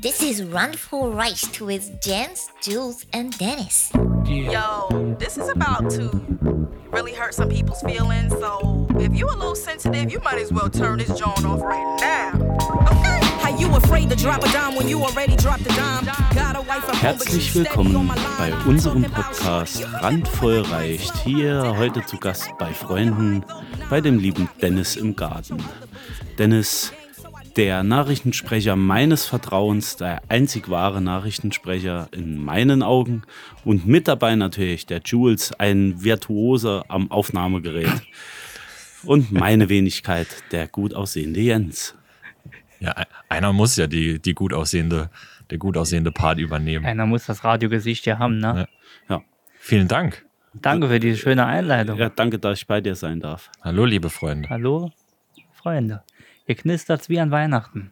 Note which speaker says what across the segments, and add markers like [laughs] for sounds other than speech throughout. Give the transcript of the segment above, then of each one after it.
Speaker 1: This is Run for Rice with Jens, Jules, and Dennis.
Speaker 2: Yo, this is about to really hurt some people's feelings. So if you a little sensitive, you might as well turn this joint off right now. Okay? How you afraid to drop a dime when you already dropped a dime? Got a wife at home, but
Speaker 3: Herzlich
Speaker 2: you steady on
Speaker 3: willkommen
Speaker 2: my line.
Speaker 3: bei unserem Podcast Randvoll reicht. Hier heute zu Gast bei Freunden, bei dem lieben Dennis im Garten. Dennis, der Nachrichtensprecher meines Vertrauens, der einzig wahre Nachrichtensprecher in meinen Augen und mit dabei natürlich der Jules, ein Virtuose am Aufnahmegerät. Und meine Wenigkeit, der gut aussehende Jens.
Speaker 4: Ja, e- einer muss ja die, die gut aussehende, der gut aussehende Part übernehmen.
Speaker 5: Einer muss das Radiogesicht ja haben, ne?
Speaker 3: Ja.
Speaker 4: Vielen Dank.
Speaker 5: Danke für diese schöne Einleitung.
Speaker 3: ja, danke, dass ich bei dir sein darf.
Speaker 4: Hallo, liebe Freunde.
Speaker 5: Hallo, Freunde. Ihr knistert's wie an Weihnachten.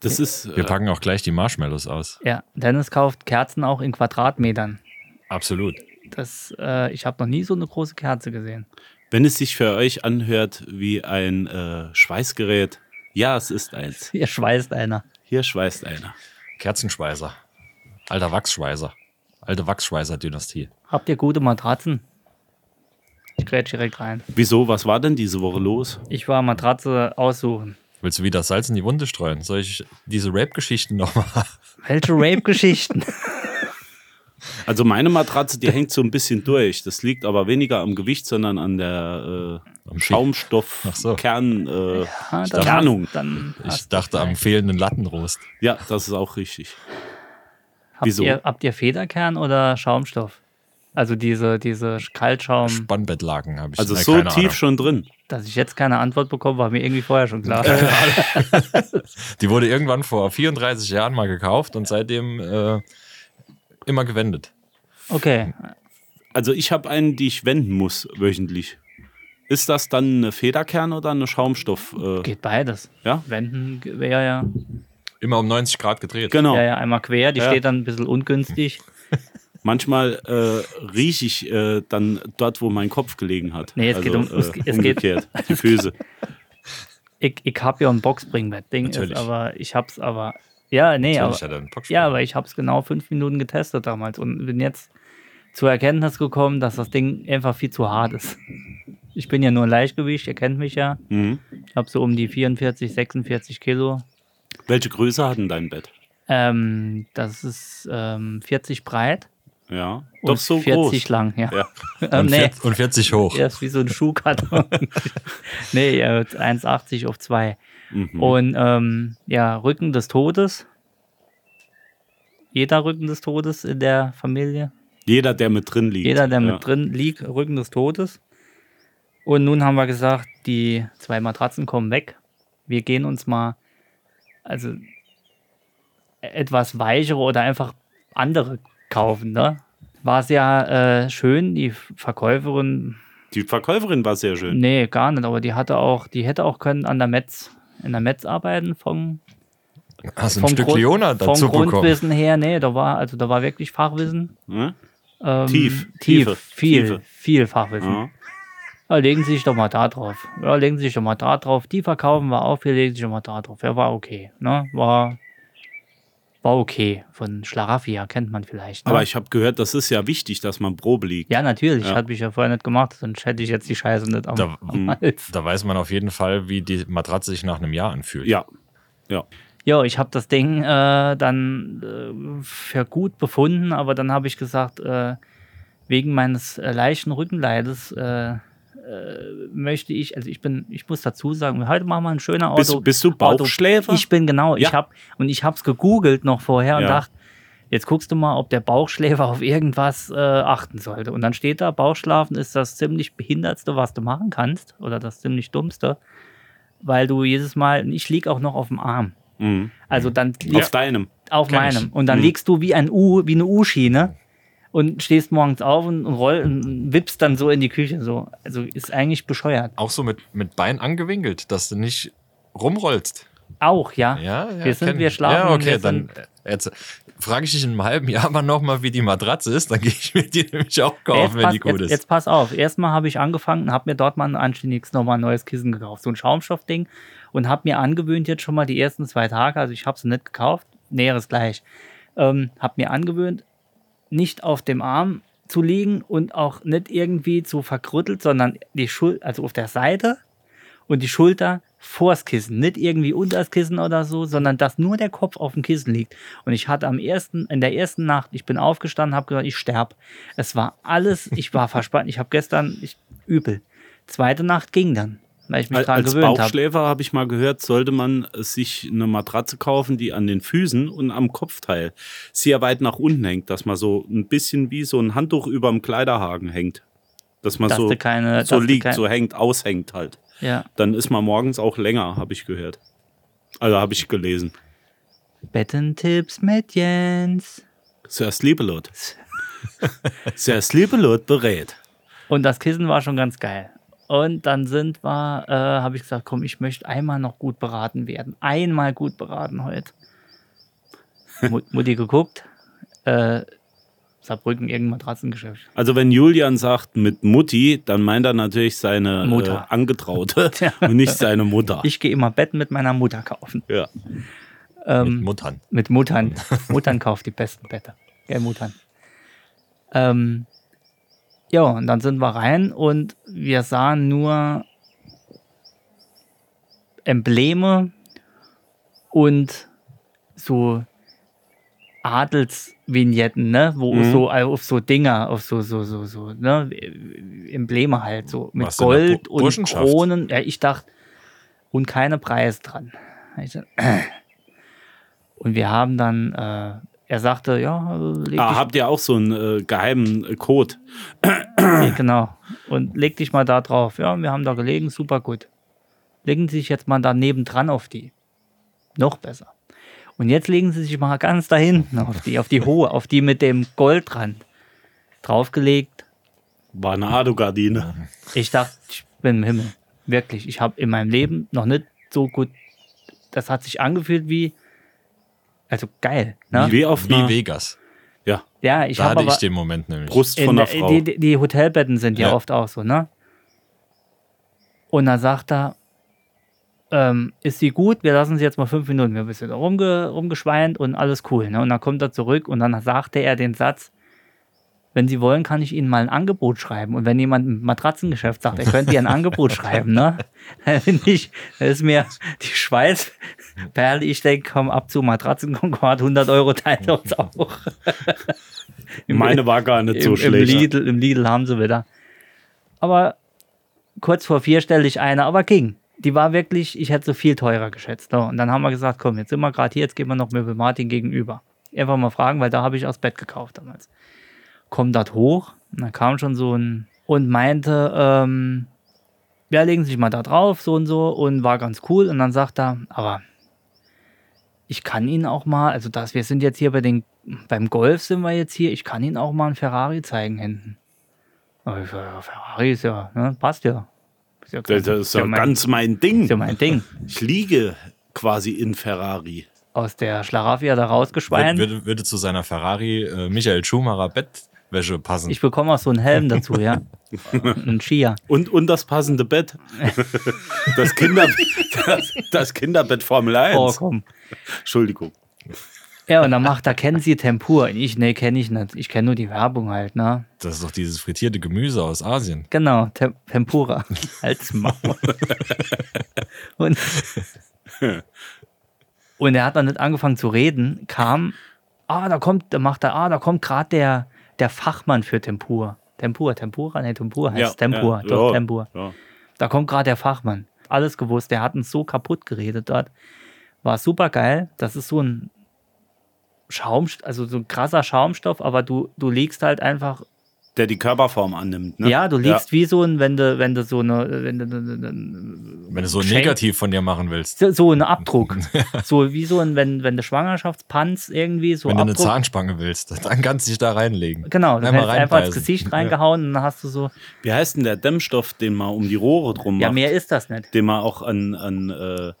Speaker 3: Das ist. äh,
Speaker 4: Wir packen auch gleich die Marshmallows aus.
Speaker 5: Ja, Dennis kauft Kerzen auch in Quadratmetern.
Speaker 4: Absolut.
Speaker 5: Das, äh, ich habe noch nie so eine große Kerze gesehen. [laughs]
Speaker 3: Wenn es sich für euch anhört wie ein äh, Schweißgerät, ja, es ist eins.
Speaker 5: Hier schweißt einer.
Speaker 3: Hier schweißt einer.
Speaker 4: Kerzenschweißer. Alter Wachsschweißer. Alte Wachsschweißer-Dynastie.
Speaker 5: Habt ihr gute Matratzen? Ich grätsch direkt rein.
Speaker 3: Wieso, was war denn diese Woche los?
Speaker 5: Ich war Matratze aussuchen.
Speaker 4: Willst du wieder Salz in die Wunde streuen? Soll ich diese Rape-Geschichten
Speaker 3: [laughs]
Speaker 4: nochmal?
Speaker 5: Welche Rape-Geschichten?
Speaker 3: Also meine Matratze, die hängt so ein bisschen durch. Das liegt aber weniger am Gewicht, sondern an der äh,
Speaker 4: Am Schick. Ach so.
Speaker 3: Schaumstoffkern. Äh,
Speaker 5: Ah,
Speaker 3: Keine Ahnung.
Speaker 5: Dann
Speaker 4: Ich
Speaker 5: hast,
Speaker 4: dachte am fehlenden Lattenrost.
Speaker 3: Ja, das ist auch richtig.
Speaker 5: habt,
Speaker 3: wieso?
Speaker 5: Ihr, habt ihr Federkern oder Schaumstoff? Also diese, diese Kaltschaum.
Speaker 4: Spannbettlaken habe ich.
Speaker 3: Mhm. Also
Speaker 4: Na,
Speaker 3: so
Speaker 4: keine
Speaker 3: tief
Speaker 4: Ahnung.
Speaker 3: schon drin.
Speaker 5: Dass ich jetzt keine Antwort bekomme, war mir irgendwie vorher schon klar.
Speaker 4: Die wurde irgendwann vor 34 Jahren mal gekauft und seitdem äh, immer gewendet.
Speaker 5: Okay,
Speaker 3: Also ich habe einen, die ich wenden muss wöchentlich. Ist das dann eine Federkern oder eine Schaumstoff? Äh,
Speaker 5: geht beides.
Speaker 3: Ja?
Speaker 5: Wenden wäre ja,
Speaker 4: Immer um 90 Grad gedreht.
Speaker 3: Genau.
Speaker 5: ja, ja einmal quer, die
Speaker 3: Ja.
Speaker 5: steht dann ein bisschen ungünstig.
Speaker 3: Manchmal äh, rieche ich äh, dann dort, wo mein Kopf gelegen hat.
Speaker 5: Nee, es geht um-
Speaker 3: äh,
Speaker 5: es geht- es geht-
Speaker 3: umgekehrt,
Speaker 5: [laughs]
Speaker 3: die Füße.
Speaker 5: Ich, ich habe ja ein Boxspringbett-Ding, ist
Speaker 4: Natürlich.
Speaker 5: aber ich hab's aber. Ja, nee, aber,
Speaker 4: Natürlich hat er einen Boxspring.
Speaker 5: ja, aber ich hab's genau fünf Minuten getestet damals und bin jetzt zur Erkenntnis gekommen, dass das Ding einfach viel zu hart ist. Ich bin ja nur ein Leichtgewicht, ihr kennt mich ja.
Speaker 3: Mhm.
Speaker 5: Ich habe so um die 44, 46 Kilo.
Speaker 3: Welche Größe hat denn dein Bett?
Speaker 5: Ähm, das ist ähm, 40 breit
Speaker 3: Ja,
Speaker 5: und
Speaker 3: doch so
Speaker 5: 40
Speaker 3: groß.
Speaker 5: lang, ja.
Speaker 3: Ja.
Speaker 5: ähm,
Speaker 4: Und,
Speaker 5: nee.
Speaker 4: 40, und 40 hoch.
Speaker 5: Er ist wie so ein Schuhkarton. nee, äh, 1,80 auf 2. Und ähm, ja, Rücken des Todes. Jeder Rücken des Todes in der Familie.
Speaker 3: Jeder, der mit drin liegt.
Speaker 5: Jeder, der
Speaker 3: ja.
Speaker 5: mit drin liegt, Rücken des Todes. Und nun haben wir gesagt, die zwei Matratzen kommen weg. Wir gehen uns mal, also etwas weichere oder einfach andere kaufen. Ne? War es ja äh, schön, die Verkäuferin
Speaker 3: Die Verkäuferin war sehr schön.
Speaker 5: Nee, gar nicht, aber die hatte auch, die hätte auch können an der Metz, in der Metz arbeiten vom,
Speaker 4: Hast du ein
Speaker 5: vom,
Speaker 4: Stück
Speaker 5: Grund-
Speaker 4: Leona dazu
Speaker 5: vom
Speaker 4: bekommen?
Speaker 5: Grundwissen her. Nee, da war, also da war wirklich Fachwissen.
Speaker 3: Ja?
Speaker 5: Ähm,
Speaker 3: Tief,
Speaker 5: tief,
Speaker 3: Tiefe,
Speaker 5: viel,
Speaker 3: Tiefe.
Speaker 5: viel Fachwissen.
Speaker 3: Ja.
Speaker 5: Ja, legen Sie sich doch mal da drauf. Ja, legen Sie sich doch mal da drauf. Die verkaufen wir auf, hier legen Sie sich doch mal da drauf. Ja, war okay. Ne? War, war okay. Von Schlaraffia kennt man vielleicht. Ne?
Speaker 3: Aber ich habe gehört, das ist ja wichtig, dass man Probe liegt.
Speaker 5: ja, natürlich.
Speaker 3: Ja.
Speaker 5: Hat mich ja vorher nicht gemacht, sonst hätte ich jetzt die Scheiße nicht am,
Speaker 4: Da-
Speaker 5: am Hals.
Speaker 4: Da weiß man auf jeden Fall, wie die Matratze sich nach einem Jahr anfühlt.
Speaker 3: Ja. ja.
Speaker 5: Ja, ich habe das Ding äh, dann äh, für gut befunden, aber dann habe ich gesagt, äh, wegen meines äh, leichten Rückenleides äh, äh, möchte ich, also ich bin, ich muss dazu sagen, heute machen wir einen schönen Auto.
Speaker 3: Bist- bist du Bauchschläfer?
Speaker 5: Auto, ich bin genau,
Speaker 3: Ja.
Speaker 5: ich habe und ich habe es gegoogelt noch vorher und
Speaker 3: Ja.
Speaker 5: dachte, jetzt guckst du mal, ob der Bauchschläfer auf irgendwas äh, achten sollte. Und dann steht da, Bauchschlafen ist das ziemlich behindertste, was du machen kannst oder das ziemlich dummste, weil du jedes Mal, ich liege auch noch auf dem Arm.
Speaker 3: Mhm.
Speaker 5: Also dann
Speaker 3: Auf deinem.
Speaker 5: auf
Speaker 4: Kenn ich.
Speaker 5: meinem. Und dann
Speaker 3: Mhm.
Speaker 5: liegst du wie ein U, wie eine U-Schiene und stehst morgens auf und, und roll und wippst dann so in die Küche. So. Also ist eigentlich bescheuert.
Speaker 4: Auch so mit, mit Bein angewinkelt, dass du nicht rumrollst.
Speaker 5: Auch, ja.
Speaker 4: Ja, ja,
Speaker 5: wir sind,
Speaker 4: kenn
Speaker 5: wir
Speaker 4: ich.
Speaker 5: schlafen.
Speaker 4: Ja, okay,
Speaker 5: wir
Speaker 4: dann
Speaker 5: sind,
Speaker 4: äh, jetzt frage ich dich in einem halben Jahr [laughs] mal nochmal, wie die Matratze ist. Dann [laughs] gehe ich mir die nämlich auch
Speaker 5: Ja,
Speaker 4: kaufen,
Speaker 5: jetzt,
Speaker 4: wenn
Speaker 5: pass,
Speaker 4: die gut
Speaker 5: jetzt,
Speaker 4: ist.
Speaker 5: jetzt pass auf. Erstmal habe ich angefangen und habe mir dort mal ein anständiges nochmal ein neues Kissen gekauft. So ein Schaumstoffding. Und habe mir angewöhnt jetzt schon mal die ersten zwei Tage, also ich habe es nicht gekauft, Näheres gleich. Ähm, hab mir angewöhnt, nicht auf dem Arm zu liegen und auch nicht irgendwie zu verkrüttelt, sondern die Schul also auf der Seite und die Schulter vors Kissen, nicht irgendwie unter das Kissen oder so, sondern dass nur der Kopf auf dem Kissen liegt. Und ich hatte am ersten, in der ersten Nacht, ich bin aufgestanden, habe gesagt, ich sterb. Es war alles, ich war [laughs] verspannt. Ich habe gestern ich, übel. Zweite Nacht ging dann, weil ich mich daran
Speaker 3: Als
Speaker 5: gewöhnt habe.
Speaker 3: Bauchschläfer habe ich mal gehört, sollte man sich eine Matratze kaufen, die an den Füßen und am Kopfteil sehr weit nach unten hängt, dass man so ein bisschen wie so ein Handtuch über dem Kleiderhaken hängt. Dass man
Speaker 5: Dass
Speaker 3: so,
Speaker 5: du keine-
Speaker 3: so
Speaker 5: dass du
Speaker 3: liegt,
Speaker 5: kein-
Speaker 3: so hängt, aushängt halt.
Speaker 5: Ja,
Speaker 3: Dann ist man morgens auch länger, habe ich gehört. Also habe ich gelesen.
Speaker 5: Bettentipps mit Jens.
Speaker 3: Sir
Speaker 5: [laughs]
Speaker 3: Sleepelot. Sir Sleepelot berät.
Speaker 5: Und das Kissen war schon ganz geil. Und dann sind wir, äh, habe ich gesagt, komm, ich möchte einmal noch gut beraten werden. Einmal gut beraten heute. Mut- Mutti geguckt. Äh, Saarbrücken, irgendein Matratzengeschäft.
Speaker 3: Also wenn Julian sagt mit Mutti, dann meint er natürlich seine
Speaker 5: Mutter.
Speaker 3: Äh,
Speaker 5: [laughs]
Speaker 3: Angetraute und nicht seine Mutter.
Speaker 5: Ich gehe immer Betten mit meiner Mutter kaufen.
Speaker 3: ja.
Speaker 5: ähm,
Speaker 4: Mit Muttern.
Speaker 5: Mit Muttern.
Speaker 4: [laughs]
Speaker 5: Muttern kauft die besten Bette. Gell, Muttern. Ähm, ja, und dann sind wir rein und wir sahen nur Embleme und so Adelsvignetten, ne? Wo
Speaker 4: Mhm.
Speaker 5: so also auf so Dinger, auf so, so, so, so, ne? Embleme halt, so mit
Speaker 4: Was in der
Speaker 5: Gold
Speaker 4: Bu-
Speaker 5: und
Speaker 4: Burschenschaft?
Speaker 5: Kronen. Ja, ich dachte, und keine Preise dran. Ich so, Und wir haben dann, äh, er sagte, ja, äh, leg
Speaker 3: Ah,
Speaker 5: dich
Speaker 3: habt ihr auch so einen äh, geheimen äh, Code?
Speaker 5: Genau. Und leg dich mal da drauf. Ja, wir haben da gelegen, super gut. Legen Sie sich jetzt mal daneben dran auf die. Noch besser. Und jetzt legen Sie sich mal ganz da hinten auf die, auf die hohe, auf die mit dem Goldrand. Draufgelegt.
Speaker 3: War eine Ado-Gardine.
Speaker 5: Ich dachte, ich bin im Himmel. Wirklich. Ich habe in meinem Leben noch nicht so gut. Das hat sich angefühlt wie. Also geil. Ne?
Speaker 3: Wie auf
Speaker 4: Wie
Speaker 3: einer
Speaker 4: Vegas.
Speaker 3: ja,
Speaker 5: Ja, ich
Speaker 4: Da
Speaker 5: habe
Speaker 4: hatte
Speaker 5: aber.
Speaker 4: ich den Moment nämlich.
Speaker 3: Brust
Speaker 5: In
Speaker 3: von einer
Speaker 5: der-
Speaker 3: Frau.
Speaker 5: Die, die, die Hotelbetten sind ja,
Speaker 4: Ja.
Speaker 5: oft auch so, ne? Und dann sagt er, ähm, ist sie gut, wir lassen sie jetzt mal fünf Minuten. Wir haben ein bisschen rumge, rumgeschweint und alles cool. Ne? Und dann kommt er zurück und dann sagte er den Satz, wenn Sie wollen, kann ich Ihnen mal ein Angebot schreiben. Und wenn jemand im Matratzengeschäft sagt, er könnte Ihnen ein Angebot schreiben, ne? Dann bin ich, da ist mir die Schweißperle, ich denke, komm ab zu Matratzenkonkord, 100 Euro teilt er uns auch.
Speaker 3: Meine war gar nicht so
Speaker 5: Im, im,
Speaker 3: schlecht.
Speaker 5: Lidl, Im Lidl haben sie wieder. Aber kurz vor vier stelle ich eine, aber ging. Die war wirklich, ich hätte sie viel teurer geschätzt. So, und dann haben wir gesagt, komm, jetzt sind wir gerade hier, jetzt gehen wir noch Möbel Martin gegenüber. Einfach mal fragen, weil da habe ich aus Bett gekauft damals. Komm dort hoch, und dann kam schon so ein und meinte, ähm, ja, legen Sie sich mal da drauf, so und so, und war ganz cool. Und dann sagt er, aber ich kann Ihnen auch mal, also das, wir sind jetzt hier bei den, beim Golf sind wir jetzt hier, ich kann Ihnen auch mal einen Ferrari zeigen hinten. Aber ich so, ja, Ferrari ist ja, ne, passt ja. Ist ja
Speaker 3: Das ist ja
Speaker 5: mein,
Speaker 3: ganz mein
Speaker 5: ist ja
Speaker 3: Ding.
Speaker 5: mein Ding.
Speaker 3: Ich liege quasi in Ferrari.
Speaker 5: Aus der Schlaraffia da rausgeschweint.
Speaker 4: Würde, würde zu seiner Ferrari äh, Michael Schumacher Bettwäsche passen.
Speaker 5: Ich bekomme auch so einen Helm
Speaker 3: [laughs]
Speaker 5: dazu, ja. Ein Skier.
Speaker 3: Und, und das passende
Speaker 5: [laughs]
Speaker 3: Bett. Das, Kinder, das, das Kinderbett Formel 1.
Speaker 5: Oh, komm.
Speaker 3: Entschuldigung.
Speaker 5: Ja, und dann macht er, kennen Sie Tempur? Und Ich, nee, kenne ich nicht. Ich kenne nur die Werbung halt, ne?
Speaker 4: Das ist doch dieses frittierte Gemüse aus Asien.
Speaker 5: Genau, Tem
Speaker 3: [laughs]
Speaker 5: Tempura. Als Maul. und, und er hat dann nicht angefangen zu reden, kam, ah, da kommt, da macht er, ah, da kommt gerade der, der Fachmann für Tempur. Tempur, Tempura, nee, Tempur heißt Tempur, doch,
Speaker 3: ja,
Speaker 5: Tempur.
Speaker 3: Ja.
Speaker 5: Da kommt gerade der Fachmann. Alles gewusst, der hat uns so kaputt geredet dort. War super geil. Das ist so ein Schaum, also so ein krasser Schaumstoff, aber du, du liegst halt einfach.
Speaker 3: Der die Körperform annimmt. Ne?
Speaker 5: Ja, du liegst wie so ein, wenn du, wenn du so eine, wenn du,
Speaker 4: Wenn du so
Speaker 5: Geschenk.
Speaker 4: negativ von dir machen willst.
Speaker 5: so, so ein Abdruck. so wie so ein, wenn, wenn du Schwangerschaftspanz irgendwie so
Speaker 4: Wenn du eine
Speaker 5: Abdruck.
Speaker 4: Zahnspange willst, [laughs] dann kannst du dich da reinlegen.
Speaker 5: genau, du
Speaker 4: Einmal
Speaker 5: kannst einfach ins
Speaker 4: reinbeißen.
Speaker 5: Gesicht reingehauen und dann hast du so,
Speaker 3: Wie heißt denn der Dämmstoff, den man um die Rohre drum macht?
Speaker 5: ja, mehr ist das nicht.
Speaker 3: Den man auch an, an äh,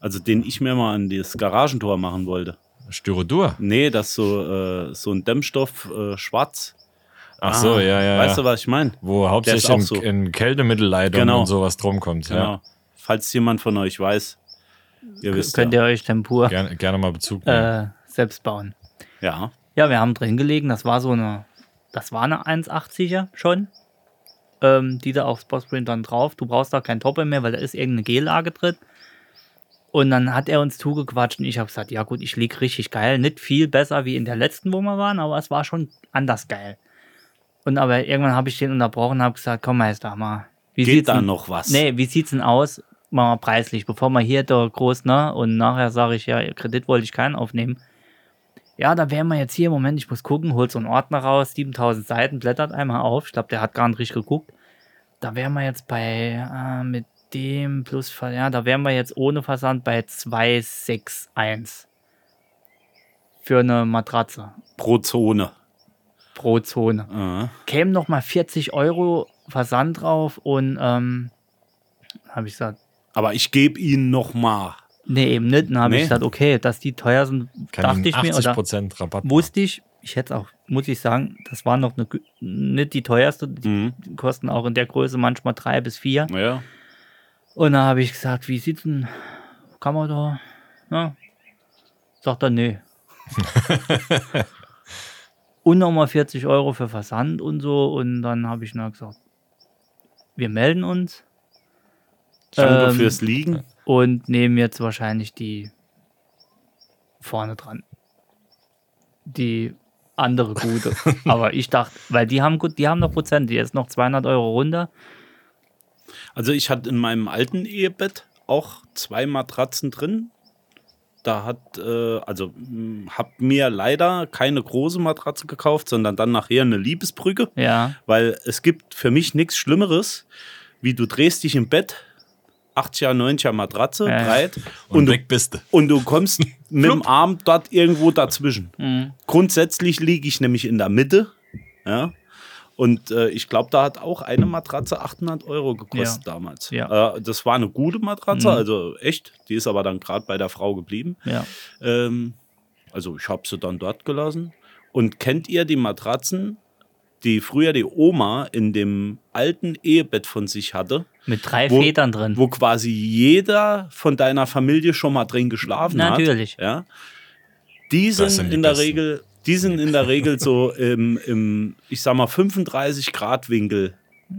Speaker 3: also den ich mir mal an das Garagentor machen wollte.
Speaker 4: Styrodur.
Speaker 3: Nee, das ist so, äh, so ein Dämmstoff äh, schwarz.
Speaker 4: Ach so,
Speaker 3: Ah,
Speaker 4: ja, ja.
Speaker 3: Weißt
Speaker 4: ja.
Speaker 3: du, was ich meine?
Speaker 4: Wo hauptsächlich
Speaker 3: Der ist
Speaker 4: in,
Speaker 3: auch so.
Speaker 4: in Kältemittelleitung
Speaker 3: Genau.
Speaker 4: und sowas drum kommt.
Speaker 3: Genau.
Speaker 4: Ja.
Speaker 3: Falls jemand von euch weiß, ihr wisst
Speaker 5: Könnt
Speaker 3: ja.
Speaker 5: ihr euch Tempur
Speaker 4: Gerne, gerne mal Bezug nehmen.
Speaker 5: äh, selbst bauen.
Speaker 3: Ja.
Speaker 5: Ja, wir haben drin gelegen. Das war so eine, das war eine 1,80er schon. Ähm, die da auf Spotsprint dann drauf. Du brauchst da kein Topper mehr, weil da ist irgendeine G-Lage drin. Und dann hat er uns zugequatscht und ich habe gesagt, ja gut, ich lieg richtig geil. Nicht viel besser wie in der letzten, wo wir waren, aber es war schon anders geil. Und aber irgendwann habe ich den unterbrochen und habe gesagt, komm Meister, mal. Wie
Speaker 3: Geht da
Speaker 5: denn-
Speaker 3: noch was?
Speaker 5: Nee, wie sieht's denn aus? Machen wir preislich, bevor wir hier da groß, ne? Und nachher sage ich, ja, Kredit wollte ich keinen aufnehmen. Ja, da wären wir jetzt hier, Moment, ich muss gucken, holt so einen Ordner raus, 7000 Seiten, blättert einmal auf. Ich glaube, der hat gar nicht richtig geguckt. Da wären wir jetzt bei, äh, mit dem plus, Ver- ja, da wären wir jetzt ohne Versand bei 261. Für eine Matratze
Speaker 3: Pro Zone.
Speaker 5: pro Zone
Speaker 3: Äh,
Speaker 5: kämen noch mal 40 Euro Versand drauf und ähm, habe ich gesagt,
Speaker 3: Aber ich gebe Ihnen noch mal.
Speaker 5: nee, eben nicht. Dann habe
Speaker 3: Nee.
Speaker 5: ich gesagt, okay, dass die teuer sind,
Speaker 4: Kann
Speaker 5: dachte
Speaker 4: ich
Speaker 5: ich mir oder
Speaker 4: 80% Rabatt machen.
Speaker 5: wusste ich. Ich hätte auch, muss ich sagen, das war noch eine, gü- nicht die teuerste. Die
Speaker 3: Mhm.
Speaker 5: kosten auch in der Größe manchmal drei bis vier.
Speaker 3: Ja.
Speaker 5: Und da habe ich gesagt, wie sieht's denn? Kann man da? Ja. Sagt er, nee. und nochmal 40 Euro für Versand und so. Und dann habe ich nur gesagt, wir melden uns
Speaker 3: Danke
Speaker 5: Ähm,
Speaker 3: fürs Liegen.
Speaker 5: und nehmen jetzt wahrscheinlich die vorne dran. Die andere
Speaker 3: [laughs]
Speaker 5: gute. Aber ich dachte, weil die haben gut, die haben noch Prozent, die ist noch 200 Euro runter.
Speaker 3: Also ich hatte in meinem alten Ehebett auch zwei Matratzen drin. Da hat, äh, also mh, hab mir leider keine große Matratze gekauft, sondern dann nachher eine Liebesbrücke,
Speaker 5: Ja.
Speaker 3: weil es gibt für mich nichts Schlimmeres, wie du drehst dich im Bett, 80er, 90er Matratze,
Speaker 5: Ja, ja.
Speaker 3: breit,
Speaker 4: Und,
Speaker 3: und, du,
Speaker 4: weg bist du.
Speaker 3: und du
Speaker 4: [laughs]
Speaker 3: kommst mit dem Arm dort irgendwo dazwischen.
Speaker 5: Mhm.
Speaker 3: Grundsätzlich liege ich nämlich in der Mitte. Ja. Und äh, ich glaube, da hat auch eine Matratze 800 Euro gekostet
Speaker 5: Ja.
Speaker 3: damals.
Speaker 5: Ja.
Speaker 3: Äh, das war eine gute Matratze,
Speaker 5: Mhm.
Speaker 3: also echt. Die ist aber dann gerade bei der Frau geblieben.
Speaker 5: Ja.
Speaker 3: Ähm, also ich habe sie dann dort gelassen. Und kennt ihr die Matratzen, die früher die Oma in dem alten Ehebett von sich hatte,
Speaker 5: Mit drei
Speaker 3: Wo-
Speaker 5: Federn drin.
Speaker 3: wo quasi jeder von deiner Familie schon mal drin geschlafen
Speaker 5: Natürlich.
Speaker 3: hat? Ja. Die sind,
Speaker 4: Das sind die
Speaker 3: in der
Speaker 4: besten.
Speaker 3: Regel, die sind in der Regel so im, im ich sag mal 35 Grad Winkel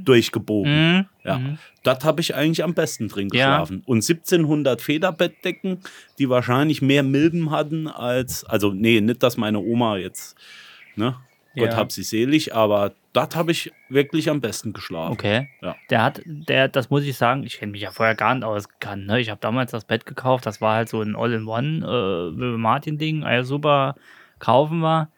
Speaker 3: durchgebogen.
Speaker 5: Mhm.
Speaker 3: Ja.
Speaker 5: Mhm.
Speaker 3: Das habe ich eigentlich am besten drin
Speaker 5: Ja.
Speaker 3: geschlafen. Und 1700 Federbettdecken, die wahrscheinlich mehr Milben hatten als, also nee, nicht, dass meine Oma jetzt, ne, Gott
Speaker 5: Ja.
Speaker 3: hab sie selig, aber das habe ich wirklich am besten geschlafen.
Speaker 5: Okay.
Speaker 3: Ja.
Speaker 5: Der hat, der, das muss ich sagen, ich kenne mich ja vorher gar nicht ausgekannt. Ne? Ich habe damals das Bett gekauft, das war halt so ein All-in-One äh, Martin-Ding, also super kaufen war.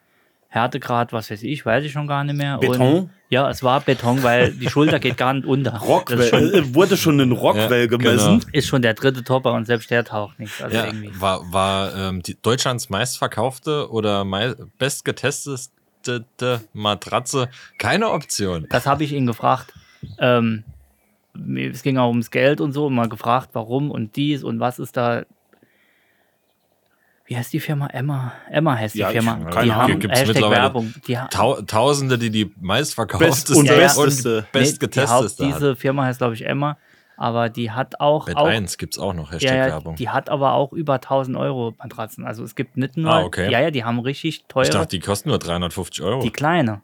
Speaker 5: Härtegrad, was weiß ich, weiß ich schon gar nicht mehr.
Speaker 3: Beton?
Speaker 5: Und, ja, es war Beton, weil die Schulter geht gar
Speaker 3: [laughs]
Speaker 5: nicht unter. Das
Speaker 3: Rockwell,
Speaker 5: ist schon,
Speaker 3: äh, wurde schon in Rockwell
Speaker 4: Ja, genau.
Speaker 3: gemessen.
Speaker 5: ist schon der dritte Topper und selbst der taucht nichts. Also
Speaker 4: Ja,
Speaker 5: irgendwie.
Speaker 4: war war ähm, die Deutschlands meistverkaufte oder mei bestgetestete Matratze keine Option.
Speaker 5: Das habe ich ihn gefragt. Ähm, mir- es ging auch ums Geld und so, und mal gefragt, warum und dies und was ist da. Wie heißt die Firma? Emma. Emma heißt die
Speaker 3: Ja, ich-
Speaker 5: Firma.
Speaker 3: keine
Speaker 5: die
Speaker 3: Ahnung.
Speaker 5: haben
Speaker 4: Gibt's
Speaker 5: Hashtag
Speaker 4: mittlerweile
Speaker 5: Werbung. Die, ha
Speaker 4: Tau Tausende, die die
Speaker 3: Best-
Speaker 4: meistverkaufteste
Speaker 3: und
Speaker 4: und
Speaker 3: besteste.
Speaker 5: die Haupt,
Speaker 4: bestgetesteste hat.
Speaker 5: diese Firma heißt, glaube ich, Emma, aber die hat auch.
Speaker 4: Bett
Speaker 5: auch
Speaker 4: 1 gibt es auch noch, Hashtag
Speaker 5: ja, ja,
Speaker 4: Werbung.
Speaker 5: die hat aber auch über 1000 Euro Matratzen. Also es gibt nicht nur.
Speaker 4: Ah, okay.
Speaker 5: Ja, ja, die haben richtig teure.
Speaker 4: Ich dachte, die kosten nur 350 Euro.
Speaker 5: die kleine.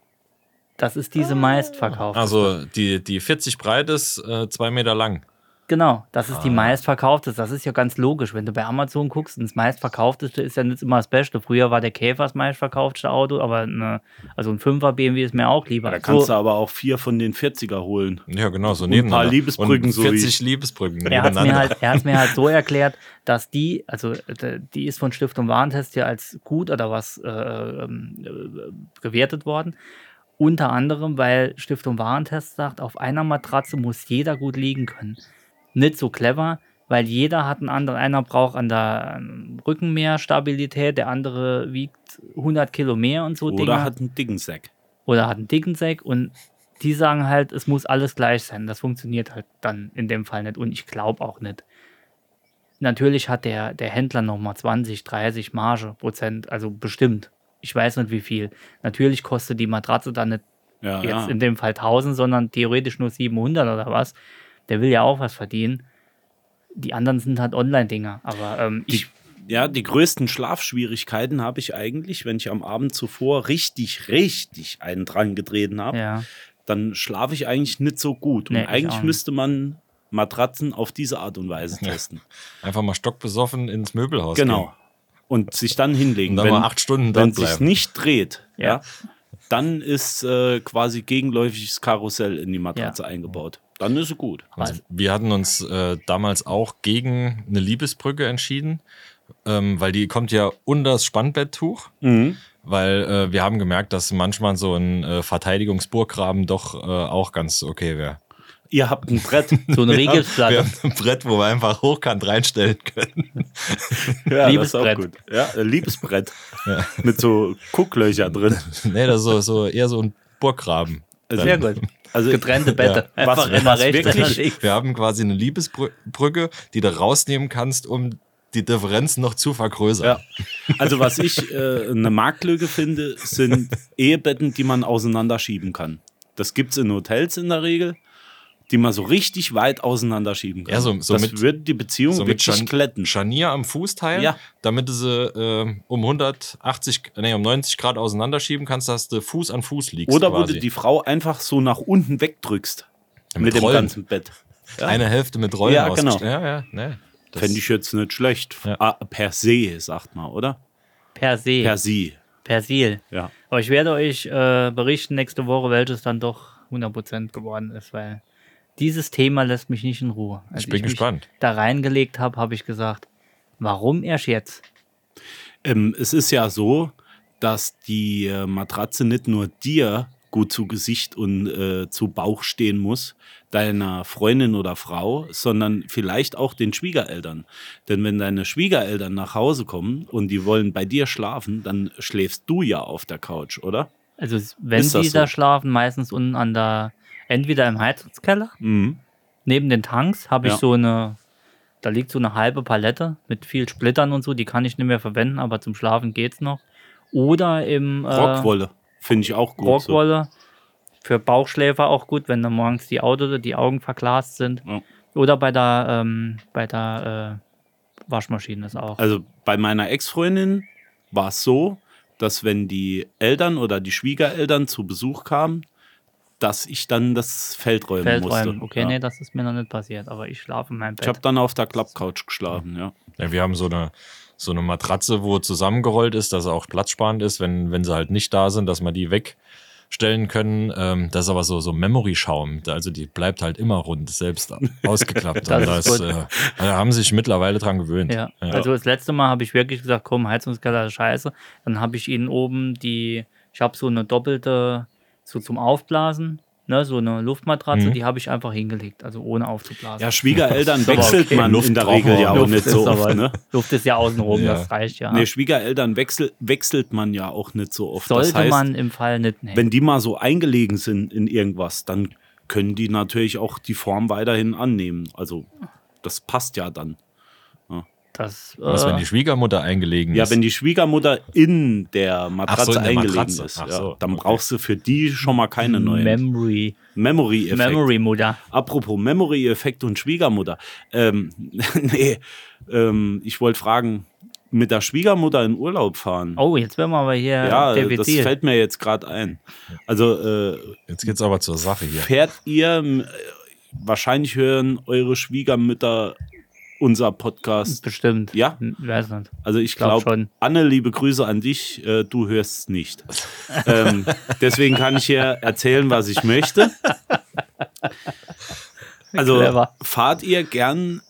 Speaker 5: Das ist diese meistverkaufte.
Speaker 4: Ah. also die, die 40 breit ist, äh, zwei Meter lang.
Speaker 5: Genau, das
Speaker 3: Ah,
Speaker 5: ist die meistverkaufteste. Das ist ja ganz logisch. Wenn du bei Amazon guckst, und das meistverkaufteste ist ja nicht immer das Beste. Früher war der Käfer das meistverkaufteste Auto, aber eine, also ein 5er BMW ist mir auch lieber.
Speaker 3: Da kannst
Speaker 5: So,
Speaker 3: du aber auch vier von den 40er holen.
Speaker 4: Ja, genau, so
Speaker 3: paar
Speaker 4: neben.
Speaker 3: Liebesbrücken,
Speaker 4: und
Speaker 3: so wie
Speaker 4: 40 Liebesbrücken
Speaker 5: er hat es mir,
Speaker 4: nebeneinander.
Speaker 5: halt, er hat's mir halt so erklärt, dass die, also äh, die ist von Stiftung Warentest ja als gut oder was äh, ähm, äh, gewertet worden. Unter anderem, weil Stiftung Warentest sagt, auf einer Matratze muss jeder gut liegen können. Nicht so clever, weil jeder hat einen anderen. Einer braucht an der ähm, Rücken mehr Stabilität, der andere wiegt 100 Kilo mehr und so
Speaker 3: Oder
Speaker 5: Dinger.
Speaker 3: hat einen dicken Sack.
Speaker 5: oder hat einen dicken Sack und die sagen halt, es muss alles gleich sein. Das funktioniert halt dann in dem Fall nicht und ich glaube auch nicht. Natürlich hat der, der Händler nochmal 20, 30 Marge Prozent, also bestimmt. Ich weiß nicht wie viel. Natürlich kostet die Matratze dann nicht
Speaker 3: Ja,
Speaker 5: jetzt
Speaker 3: ja.
Speaker 5: in dem Fall 1000, sondern theoretisch nur 700 oder was. Der will ja auch was verdienen. Die anderen sind halt Online-Dinger. Aber ähm, ich
Speaker 3: Ja, die größten Schlafschwierigkeiten habe ich eigentlich, wenn ich am Abend zuvor richtig, richtig einen dran getreten habe.
Speaker 5: Ja.
Speaker 3: Dann schlafe ich eigentlich nicht so gut. Und
Speaker 5: Nee, ich auch
Speaker 3: eigentlich
Speaker 5: nicht.
Speaker 3: müsste man Matratzen auf diese Art und Weise testen.
Speaker 4: Einfach mal stockbesoffen ins Möbelhaus.
Speaker 3: Genau. Und sich dann hinlegen.
Speaker 4: Und dann mal acht Stunden
Speaker 3: Wenn
Speaker 4: dort
Speaker 3: sich
Speaker 4: bleiben.
Speaker 3: nicht dreht, ja.
Speaker 5: Ja.
Speaker 3: dann ist äh, quasi gegenläufiges Karussell in die Matratze
Speaker 5: Ja.
Speaker 3: eingebaut. Dann ist sie gut.
Speaker 4: Gehen. Also, wir hatten uns äh, damals auch gegen eine Liebesbrücke entschieden, ähm, weil die kommt ja unter das Spannbetttuch.
Speaker 3: Mhm.
Speaker 4: Weil äh, wir haben gemerkt, dass manchmal so ein äh, Verteidigungsburggraben doch äh, auch ganz okay wäre.
Speaker 3: Ihr habt ein
Speaker 4: [laughs]
Speaker 3: Brett.
Speaker 5: So eine
Speaker 4: Wir
Speaker 5: Regelsplatte.
Speaker 4: haben ein Brett, wo wir einfach hochkant reinstellen können.
Speaker 3: [laughs] Ja,
Speaker 5: Liebesbrett.
Speaker 3: Das ist auch gut. Ja, äh,
Speaker 4: [laughs]
Speaker 3: Liebesbrett. Mit so Gucklöcher drin.
Speaker 4: nee, das ist so, so eher so ein Burggraben.
Speaker 5: Sehr gut.
Speaker 3: Also
Speaker 5: Getrennte Bette.
Speaker 3: Ja.
Speaker 5: Einfach
Speaker 3: Was-
Speaker 5: immer
Speaker 3: was
Speaker 5: rechts,
Speaker 3: wirklich-
Speaker 5: immer links.
Speaker 4: Wir haben quasi eine Liebesbrücke, die du rausnehmen kannst, um die Differenzen noch zu vergrößern.
Speaker 3: Ja. Also was ich äh, eine Marktlücke finde, sind Ehebetten, die man auseinanderschieben kann. Das gibt es in Hotels in der Regel, die man so richtig weit auseinanderschieben kann.
Speaker 4: Ja, so- so
Speaker 3: das
Speaker 4: mit-
Speaker 3: würde die Beziehung
Speaker 4: So mit
Speaker 3: wirklich
Speaker 4: Schan
Speaker 3: kletten.
Speaker 4: Scharnier am Fußteil,
Speaker 3: Ja.
Speaker 4: damit du sie ähm, um 180, nee, um 90 Grad auseinanderschieben kannst, dass du Fuß an Fuß liegst.
Speaker 3: Oder wo
Speaker 4: quasi.
Speaker 3: du die Frau einfach so nach unten wegdrückst.
Speaker 4: Ja, mit
Speaker 3: mit dem
Speaker 4: Rollen.
Speaker 3: ganzen Bett.
Speaker 4: eine Hälfte mit Rollen
Speaker 3: Ja, genau.
Speaker 4: ausgest- Ja, ja, nee. Das-
Speaker 3: Fände ich jetzt nicht schlecht.
Speaker 4: Ja.
Speaker 3: Ah, per se, sagt man, oder?
Speaker 5: Per se.
Speaker 3: Per se,
Speaker 5: Persil.
Speaker 3: ja.
Speaker 5: Aber ich werde euch äh, berichten nächste Woche, welches dann doch 100% geworden ist, weil dieses Thema lässt mich nicht in Ruhe. Als
Speaker 4: bin gespannt.
Speaker 5: Mich da reingelegt habe, habe ich gesagt, warum erst jetzt?
Speaker 3: Ähm, es ist ja so, dass die äh, Matratze nicht nur dir gut zu Gesicht und äh, zu Bauch stehen muss, deiner Freundin oder Frau, sondern vielleicht auch den Schwiegereltern. Denn wenn deine Schwiegereltern nach Hause kommen und die wollen bei dir schlafen, dann schläfst du ja auf der Couch, oder?
Speaker 5: Also s- wenn
Speaker 3: Ist das
Speaker 5: die da
Speaker 3: so?
Speaker 5: schlafen, meistens unten an der, entweder im Heizungskeller,
Speaker 3: Mhm.
Speaker 5: neben den Tanks habe ich
Speaker 3: Ja.
Speaker 5: so eine, da liegt so eine halbe Palette mit viel Splittern und so, die kann ich nicht mehr verwenden, aber zum Schlafen geht's noch. Oder im äh,
Speaker 3: Rockwolle finde ich auch gut. so.
Speaker 5: Rockwolle. Für Bauchschläfer auch gut, wenn dann morgens die, Auto, die Augen verglast sind.
Speaker 3: Ja.
Speaker 5: Oder bei der, ähm, bei der äh, Waschmaschine ist auch.
Speaker 3: Also bei meiner Ex-Freundin war es so, dass wenn die Eltern oder die Schwiegereltern zu Besuch kamen, dass ich dann das Feld räumen
Speaker 5: Feldräumen.
Speaker 3: musste.
Speaker 5: Okay,
Speaker 3: ja.
Speaker 5: nee, das ist mir noch nicht passiert, aber ich schlafe in meinem
Speaker 3: Ich habe
Speaker 5: Bett.
Speaker 3: dann auf der Klappcouch geschlafen, ja.
Speaker 4: Ja, wir haben so eine, so eine Matratze, wo zusammengerollt ist, dass er auch platzsparend ist, wenn, wenn sie halt nicht da sind, dass man die wegstellen können. Ähm, das ist aber so, so Memory-Schaum. Also die bleibt halt immer rund,
Speaker 5: [laughs]
Speaker 4: selbst ausgeklappt.
Speaker 5: Das
Speaker 4: Und
Speaker 5: ist gut.
Speaker 4: äh, da haben sie sich mittlerweile dran gewöhnt.
Speaker 5: Ja. Also das letzte Mal habe ich wirklich gesagt, komm, Heizungskeller ist scheiße. Dann habe ich ihnen oben die, ich habe so eine doppelte, so zum Aufblasen, ne, so eine Luftmatratze,
Speaker 4: Mhm.
Speaker 5: die habe ich einfach hingelegt, also ohne aufzublasen.
Speaker 3: Ja,
Speaker 4: [laughs]
Speaker 3: Schwiegereltern
Speaker 5: aber
Speaker 3: wechselt
Speaker 5: okay.
Speaker 3: man
Speaker 4: Luft
Speaker 3: in der
Speaker 4: brauchen
Speaker 3: Regel
Speaker 4: wir
Speaker 3: ja
Speaker 4: auch.
Speaker 3: auch
Speaker 5: Luft
Speaker 3: nicht
Speaker 5: ist
Speaker 3: so
Speaker 5: aber-
Speaker 3: oft, ne?
Speaker 5: Luft ist ja außen rum,
Speaker 4: Ja.
Speaker 5: das reicht ja.
Speaker 3: Nee, Schwiegereltern wechsel, wechselt man ja auch nicht so oft.
Speaker 5: Sollte
Speaker 3: das heißt,
Speaker 5: man im Fall nicht nehmen.
Speaker 3: wenn die mal so eingelegen sind in irgendwas, dann können die natürlich auch die Form weiterhin annehmen. Also das passt ja dann.
Speaker 5: Das,
Speaker 4: Was,
Speaker 5: äh,
Speaker 4: wenn die Schwiegermutter eingelegen
Speaker 3: Ja,
Speaker 4: ist?
Speaker 3: wenn die Schwiegermutter in der Matratze
Speaker 4: Ach so, in der
Speaker 3: eingelegen
Speaker 4: Matratze.
Speaker 3: ist,
Speaker 4: Ach
Speaker 3: ja,
Speaker 4: so,
Speaker 3: dann
Speaker 4: okay.
Speaker 3: brauchst du für die schon mal keine neuen.
Speaker 5: Memory.
Speaker 3: Memory-Effekt.
Speaker 5: Memory Mutter.
Speaker 3: Apropos Memory-Effekt und Schwiegermutter. Ähm, [laughs] nee, ähm, ich wollte fragen, mit der Schwiegermutter in Urlaub fahren?
Speaker 5: Oh, jetzt werden wir aber hier
Speaker 3: ja,
Speaker 5: David
Speaker 3: das
Speaker 5: Thiel.
Speaker 3: fällt mir jetzt gerade ein. Also äh,
Speaker 4: Jetzt geht's aber zur Sache hier.
Speaker 3: fährt ihr, äh, wahrscheinlich hören eure Schwiegermütter unser Podcast.
Speaker 5: Bestimmt.
Speaker 3: Ja?
Speaker 5: Hm, Weiß nicht.
Speaker 3: Also ich
Speaker 5: Glaub
Speaker 3: glaube,
Speaker 5: schon.
Speaker 3: Anne, liebe Grüße an dich, äh, du hörst es nicht. ähm, deswegen kann ich hier erzählen, was ich möchte. Also
Speaker 5: Clever.
Speaker 3: fahrt ihr gern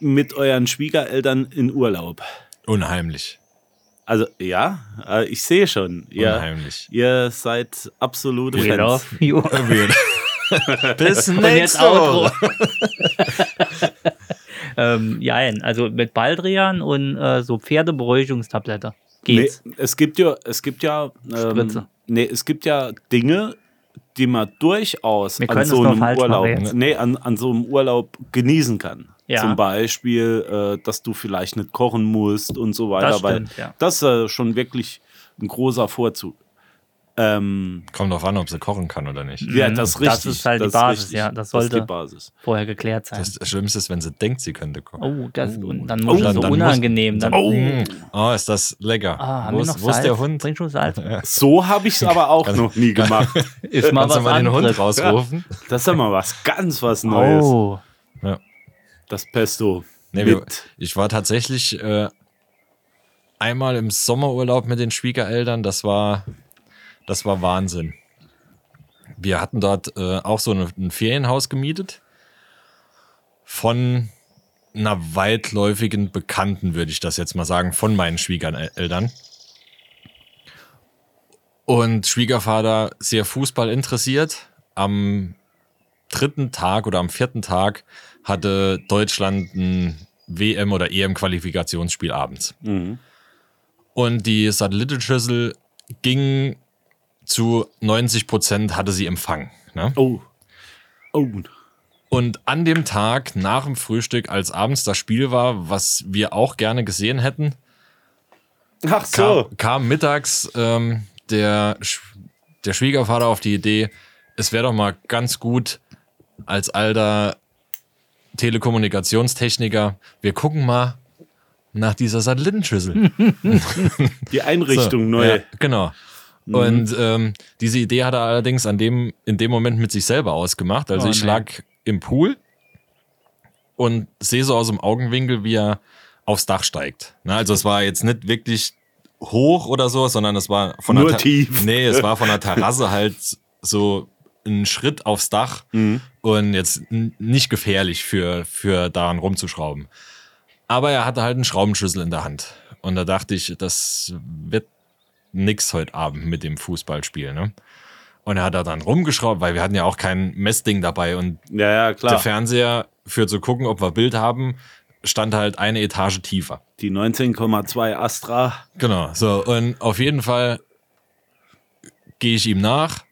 Speaker 3: mit euren Schwiegereltern in Urlaub?
Speaker 4: Unheimlich.
Speaker 3: Also ja, äh, ich sehe schon. Ihr,
Speaker 4: Unheimlich.
Speaker 3: ihr seid absolute
Speaker 5: We
Speaker 3: Fans.
Speaker 5: love you. [laughs]
Speaker 4: Bis
Speaker 5: Und jetzt Outro. [laughs] ähm, jein, also mit Baldrian und äh, so Pferdeberuhigungstablette.
Speaker 3: Nee,
Speaker 5: Geht's.
Speaker 3: es gibt ja, es gibt ja, ähm,
Speaker 5: Spritze.
Speaker 3: nee, es gibt ja Dinge, die man durchaus
Speaker 5: Wir
Speaker 3: an
Speaker 5: können
Speaker 3: so
Speaker 5: es nur
Speaker 3: einem
Speaker 5: falsch machen
Speaker 3: Urlaub,
Speaker 5: jetzt.
Speaker 3: nee, an, an so einem Urlaub genießen kann.
Speaker 5: Ja.
Speaker 3: Zum Beispiel, äh, dass du vielleicht nicht kochen musst und so weiter,
Speaker 5: Das
Speaker 3: weil
Speaker 5: stimmt, ja.
Speaker 3: das ist äh, schon wirklich ein großer Vorzug. Ähm,
Speaker 4: Kommt drauf an, ob sie kochen kann oder nicht.
Speaker 3: ja, das ist
Speaker 5: Das
Speaker 3: richtig.
Speaker 5: ist halt die Basis, ja, das
Speaker 3: Das ist die
Speaker 5: sollte-
Speaker 3: Basis.
Speaker 5: vorher geklärt sein.
Speaker 4: Das Schlimmste ist, wenn sie denkt, sie könnte kochen.
Speaker 5: oh, das und dann
Speaker 4: Oh,
Speaker 5: muss es
Speaker 4: dann-
Speaker 5: so
Speaker 4: dann muss-
Speaker 5: unangenehm. Dann,
Speaker 4: Oh, oh, ist das lecker.
Speaker 5: ah, haben
Speaker 4: wo,
Speaker 5: wir
Speaker 4: ist,
Speaker 5: noch
Speaker 4: wo ist
Speaker 5: Salz?
Speaker 4: der Hund?
Speaker 5: Bring schon Salz.
Speaker 3: So habe ich es aber auch
Speaker 4: Also
Speaker 3: noch
Speaker 4: [laughs]
Speaker 3: nie gemacht.
Speaker 5: Ist mal
Speaker 4: Kannst du
Speaker 5: was
Speaker 4: mal den Hund
Speaker 5: anderes. [laughs]
Speaker 4: rausrufen?
Speaker 3: Das ist ja mal was ganz was Neues.
Speaker 5: Oh,
Speaker 3: Das Pesto.
Speaker 4: Nee, wir,
Speaker 3: mit.
Speaker 4: ich war tatsächlich äh, einmal im Sommerurlaub mit den Schwiegereltern. Das war, das war Wahnsinn. Wir hatten dort äh, auch so eine, ein Ferienhaus gemietet von einer weitläufigen Bekannten, würde ich das jetzt mal sagen, von meinen Schwiegereltern. Und Schwiegervater sehr Fußball interessiert. Am dritten Tag oder am vierten Tag hatte Deutschland ein WM- oder EM-Qualifikationsspiel abends. Und die Satellitenschüssel ging zu 90 Prozent, hatte sie Empfang. Ne?
Speaker 3: Oh. Oh.
Speaker 4: Und an dem Tag nach dem Frühstück, als abends das Spiel war, was wir auch gerne gesehen hätten,
Speaker 3: Ach
Speaker 4: kam,
Speaker 3: so.
Speaker 4: kam mittags ähm, der, Sch- der Schwiegervater auf die Idee, es wäre doch mal ganz gut als alter Telekommunikationstechniker, wir gucken mal nach dieser Satellitenschüssel.
Speaker 5: [laughs]
Speaker 3: Die Einrichtung
Speaker 4: So,
Speaker 3: neu.
Speaker 4: Ja, genau.
Speaker 5: Mhm.
Speaker 4: Und ähm, diese Idee hat er allerdings an dem, in dem Moment mit sich selber ausgemacht. Also
Speaker 5: Oh,
Speaker 4: ich
Speaker 5: nee.
Speaker 4: lag im Pool und sehe so aus dem Augenwinkel, wie er aufs Dach steigt. Na, also es war jetzt nicht wirklich hoch oder so, sondern es war von
Speaker 3: Nur
Speaker 4: der Ta-
Speaker 3: tief.
Speaker 4: Nee, es war von der Terrasse halt so ein Schritt aufs Dach
Speaker 3: Mhm.
Speaker 4: und jetzt n- nicht gefährlich für, für daran rumzuschrauben. Aber er hatte halt einen Schraubenschlüssel in der Hand. Und da dachte ich, das wird nix heute Abend mit dem Fußballspiel, ne? Und er hat da dann rumgeschraubt, weil wir hatten ja auch kein Messding dabei und
Speaker 3: Ja, ja,
Speaker 4: der
Speaker 3: klar.
Speaker 4: Fernseher für zu gucken, ob wir Bild haben, stand halt eine Etage tiefer.
Speaker 3: Die 19,2 Astra.
Speaker 4: Genau, so und auf jeden Fall gehe ich ihm nach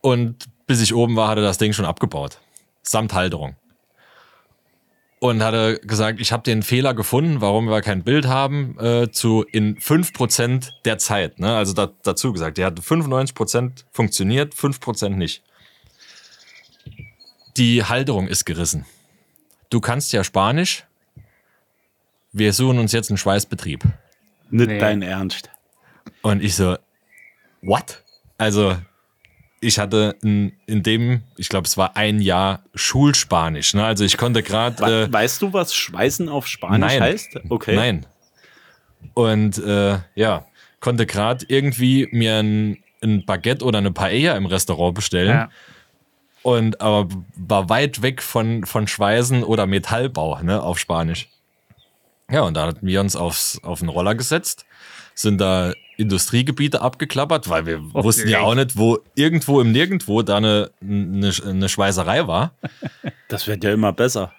Speaker 4: und bis ich oben war, hat er das Ding schon abgebaut. Samt Halterung. Und hat er gesagt, ich habe den Fehler gefunden, warum wir kein Bild haben, äh, zu in 5% der Zeit. Ne? Also da, dazu gesagt, der hat 95% funktioniert, 5% nicht. Die Halterung ist gerissen. Du kannst ja Spanisch. Wir suchen uns jetzt einen Schweißbetrieb.
Speaker 3: Nicht
Speaker 5: Nee.
Speaker 3: dein Ernst.
Speaker 4: Und ich so, what? Also, ich hatte in, in dem, ich glaube, es war ein Jahr Schulspanisch. Ne? Also, ich konnte
Speaker 3: Wa-
Speaker 4: gerade. Äh,
Speaker 3: weißt du, was Schweißen auf Spanisch
Speaker 4: nein.
Speaker 3: heißt? Okay.
Speaker 4: Nein. Und äh, ja, konnte gerade irgendwie mir ein, ein Baguette oder eine Paella im Restaurant bestellen.
Speaker 5: ja.
Speaker 4: Und aber war weit weg von, von Schweißen oder Metallbau, ne, auf Spanisch. Ja, und da hatten wir uns aufs, auf den Roller gesetzt, sind da Industriegebiete abgeklappert, weil wir wussten ja auch nicht, wo irgendwo im Nirgendwo da eine, eine, eine Schweißerei war.
Speaker 3: Das wird ja immer besser.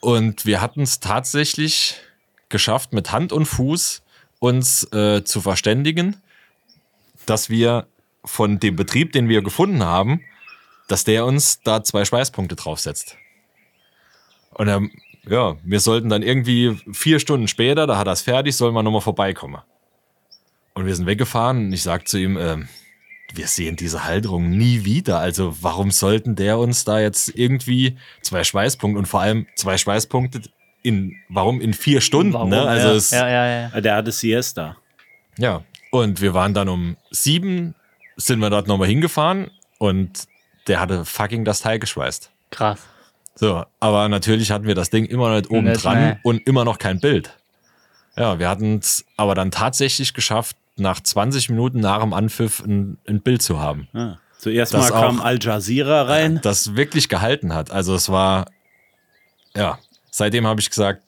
Speaker 4: Und wir hatten es tatsächlich geschafft, mit Hand und Fuß uns äh, zu verständigen, dass wir von dem Betrieb, den wir gefunden haben, dass der uns da zwei Schweißpunkte draufsetzt. Und ähm, ja, wir sollten dann irgendwie vier Stunden später, da hat er es fertig, sollen wir nochmal vorbeikommen. Und wir sind weggefahren und ich sag zu ihm, ähm, wir sehen diese Halterung nie wieder. Also warum sollten der uns da jetzt irgendwie zwei Schweißpunkte und vor allem zwei Schweißpunkte in, warum in vier Stunden?
Speaker 5: Warum?
Speaker 4: Ne? Also
Speaker 5: ja.
Speaker 4: es,
Speaker 5: ja, ja, ja.
Speaker 3: Ah, Der hatte Siesta.
Speaker 4: ja, und wir waren dann um sieben, sind wir dort nochmal hingefahren und der hatte fucking das Teil geschweißt.
Speaker 5: Krass.
Speaker 4: So, aber natürlich hatten wir das Ding immer nicht oben
Speaker 5: Nicht,
Speaker 4: dran
Speaker 5: ne.
Speaker 4: und immer noch kein Bild. Ja, wir hatten es aber dann tatsächlich geschafft, nach 20 Minuten nach dem Anpfiff ein, ein Bild zu haben,
Speaker 3: Ah. Zuerst
Speaker 4: Das
Speaker 3: mal kam
Speaker 4: auch.
Speaker 3: Al Jazeera rein.
Speaker 4: das wirklich gehalten hat. Also es war, ja, seitdem habe ich gesagt,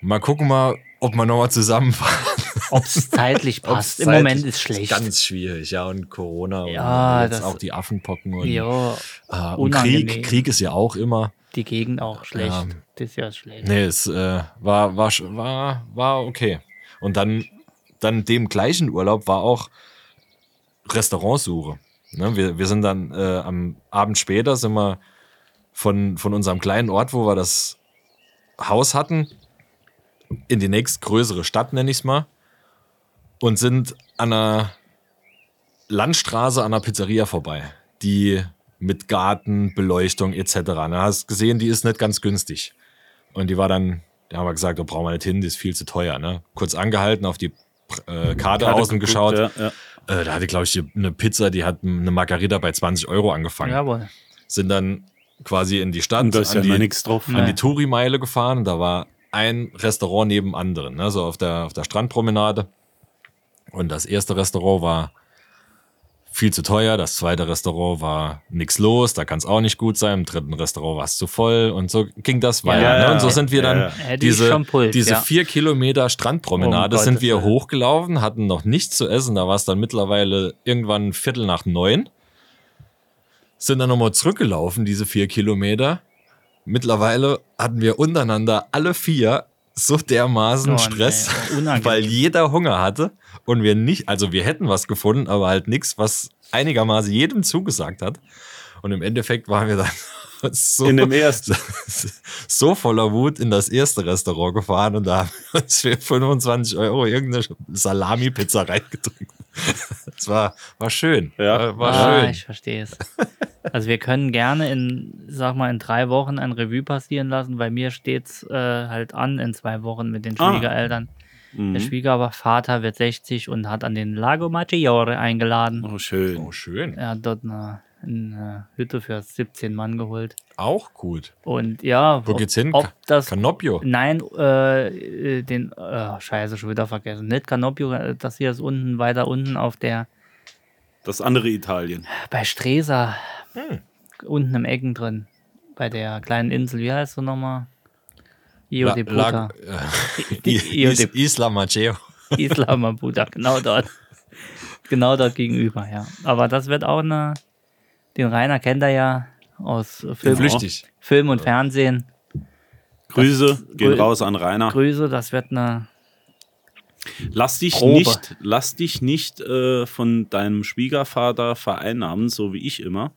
Speaker 4: mal gucken mal, ob wir nochmal zusammenfahren.
Speaker 5: Ob es
Speaker 4: [laughs]
Speaker 5: zeitlich passt. Im Moment ist schlecht.
Speaker 4: Ganz schwierig, ja, und Corona
Speaker 5: Ja,
Speaker 4: und jetzt
Speaker 5: das-
Speaker 4: auch die Affenpocken und
Speaker 5: ja,
Speaker 4: Ah, und
Speaker 5: Unangenehm.
Speaker 4: Krieg, Krieg ist ja auch immer.
Speaker 5: die Gegend auch schlecht.
Speaker 4: Ja.
Speaker 5: Das ist ja schlecht.
Speaker 4: Nee, es äh, war, war, sch- war, war okay. Und dann, dann dem gleichen Urlaub war auch Restaurantsuche. Ne, wir, wir sind dann äh, am Abend später sind wir von, von unserem kleinen Ort, wo wir das Haus hatten, in die nächstgrößere Stadt, nenne ich es mal, und sind an einer Landstraße an der Pizzeria vorbei, die mit Garten, Beleuchtung etc. Da hast gesehen, die ist nicht ganz günstig. Und die war dann, da haben wir gesagt, da brauchen wir nicht hin, die ist viel zu teuer. Ne? Kurz angehalten, auf die äh, Karte, außen
Speaker 3: Mhm. geguckt,
Speaker 4: geschaut.
Speaker 3: ja, ja.
Speaker 4: Äh, da hatte, glaube ich, eine Pizza, die hat eine Margarita bei 20 Euro angefangen.
Speaker 5: Jawohl.
Speaker 4: Sind dann quasi in die Stadt,
Speaker 3: Und da ist ja
Speaker 4: an
Speaker 3: noch
Speaker 4: die,
Speaker 3: nichts drauf.
Speaker 4: an
Speaker 5: Nein.
Speaker 4: die Touri-Meile gefahren. Da war ein Restaurant neben anderen, ne? so auf der, auf der Strandpromenade. Und das erste Restaurant war viel zu teuer. Das zweite Restaurant war nix los. Da kann es auch nicht gut sein. Im dritten Restaurant war es zu voll. Und so ging das weiter.
Speaker 5: Ja,
Speaker 4: ne?
Speaker 5: ja,
Speaker 4: und so
Speaker 5: ja.
Speaker 4: sind wir
Speaker 3: Ja,
Speaker 4: dann
Speaker 3: ja.
Speaker 5: Hätte ich
Speaker 4: diese,
Speaker 5: schon Puls,
Speaker 4: diese
Speaker 5: ja.
Speaker 4: vier Kilometer Strandpromenade
Speaker 5: Um
Speaker 4: sind
Speaker 5: Gottes
Speaker 4: wir
Speaker 5: Willen.
Speaker 4: hochgelaufen, hatten noch nichts zu essen. Da war es dann mittlerweile irgendwann Viertel nach neun. Sind dann nochmal zurückgelaufen, diese vier Kilometer. Mittlerweile hatten wir untereinander alle vier so dermaßen
Speaker 5: Oh, nee,
Speaker 4: Stress,
Speaker 5: unangenehm.
Speaker 4: weil jeder Hunger hatte und wir nicht, also wir hätten was gefunden, aber halt nichts, was einigermaßen jedem zugesagt hat. Und im Endeffekt waren wir dann [laughs] so
Speaker 3: In dem ersten.
Speaker 4: so voller Wut in das erste Restaurant gefahren und da haben wir uns für 25 Euro irgendeine Salami-Pizza reingedrückt. Das war, war schön.
Speaker 3: Ja.
Speaker 4: War, war
Speaker 5: ah,
Speaker 4: schön.
Speaker 5: ich verstehe es. Also wir können gerne in, sag mal, in drei Wochen ein Revue passieren lassen, weil mir steht's äh, halt an in zwei Wochen mit den
Speaker 3: Ah.
Speaker 5: Schwiegereltern.
Speaker 4: Mhm.
Speaker 5: Der Schwiegervater wird 60 und hat an den Lago Maggiore eingeladen.
Speaker 3: Oh, schön.
Speaker 4: Oh, schön.
Speaker 5: Er hat dort eine, eine Hütte für 17 Mann geholt.
Speaker 4: Auch gut.
Speaker 5: Und ja,
Speaker 4: Wo geht's hin?
Speaker 5: Ob das
Speaker 4: Canopio.
Speaker 5: Nein, äh, äh, den, äh, scheiße, schon wieder vergessen. Nicht Canopio, äh, das hier ist unten, weiter unten auf der,
Speaker 3: Das andere Italien.
Speaker 5: bei Stresa,
Speaker 3: Hm.
Speaker 5: unten im Ecken drin, bei der kleinen Insel, wie heißt du nochmal? Io de Puta.
Speaker 4: äh,
Speaker 5: Die- Io
Speaker 4: Is,
Speaker 5: de-
Speaker 4: Isla Maceo.
Speaker 5: [laughs] Isla Mabuda, genau dort. Genau dort gegenüber, ja. Aber das wird auch eine, den Rainer kennt er ja aus Film,
Speaker 4: Flüchtig.
Speaker 5: Film und Fernsehen.
Speaker 3: Grüße gehen
Speaker 5: Grü-
Speaker 3: raus an Rainer.
Speaker 5: Grüße, das wird eine,
Speaker 3: Lass dich
Speaker 5: Probe.
Speaker 3: nicht, lass dich nicht äh, von deinem Schwiegervater vereinnahmen, so wie ich immer.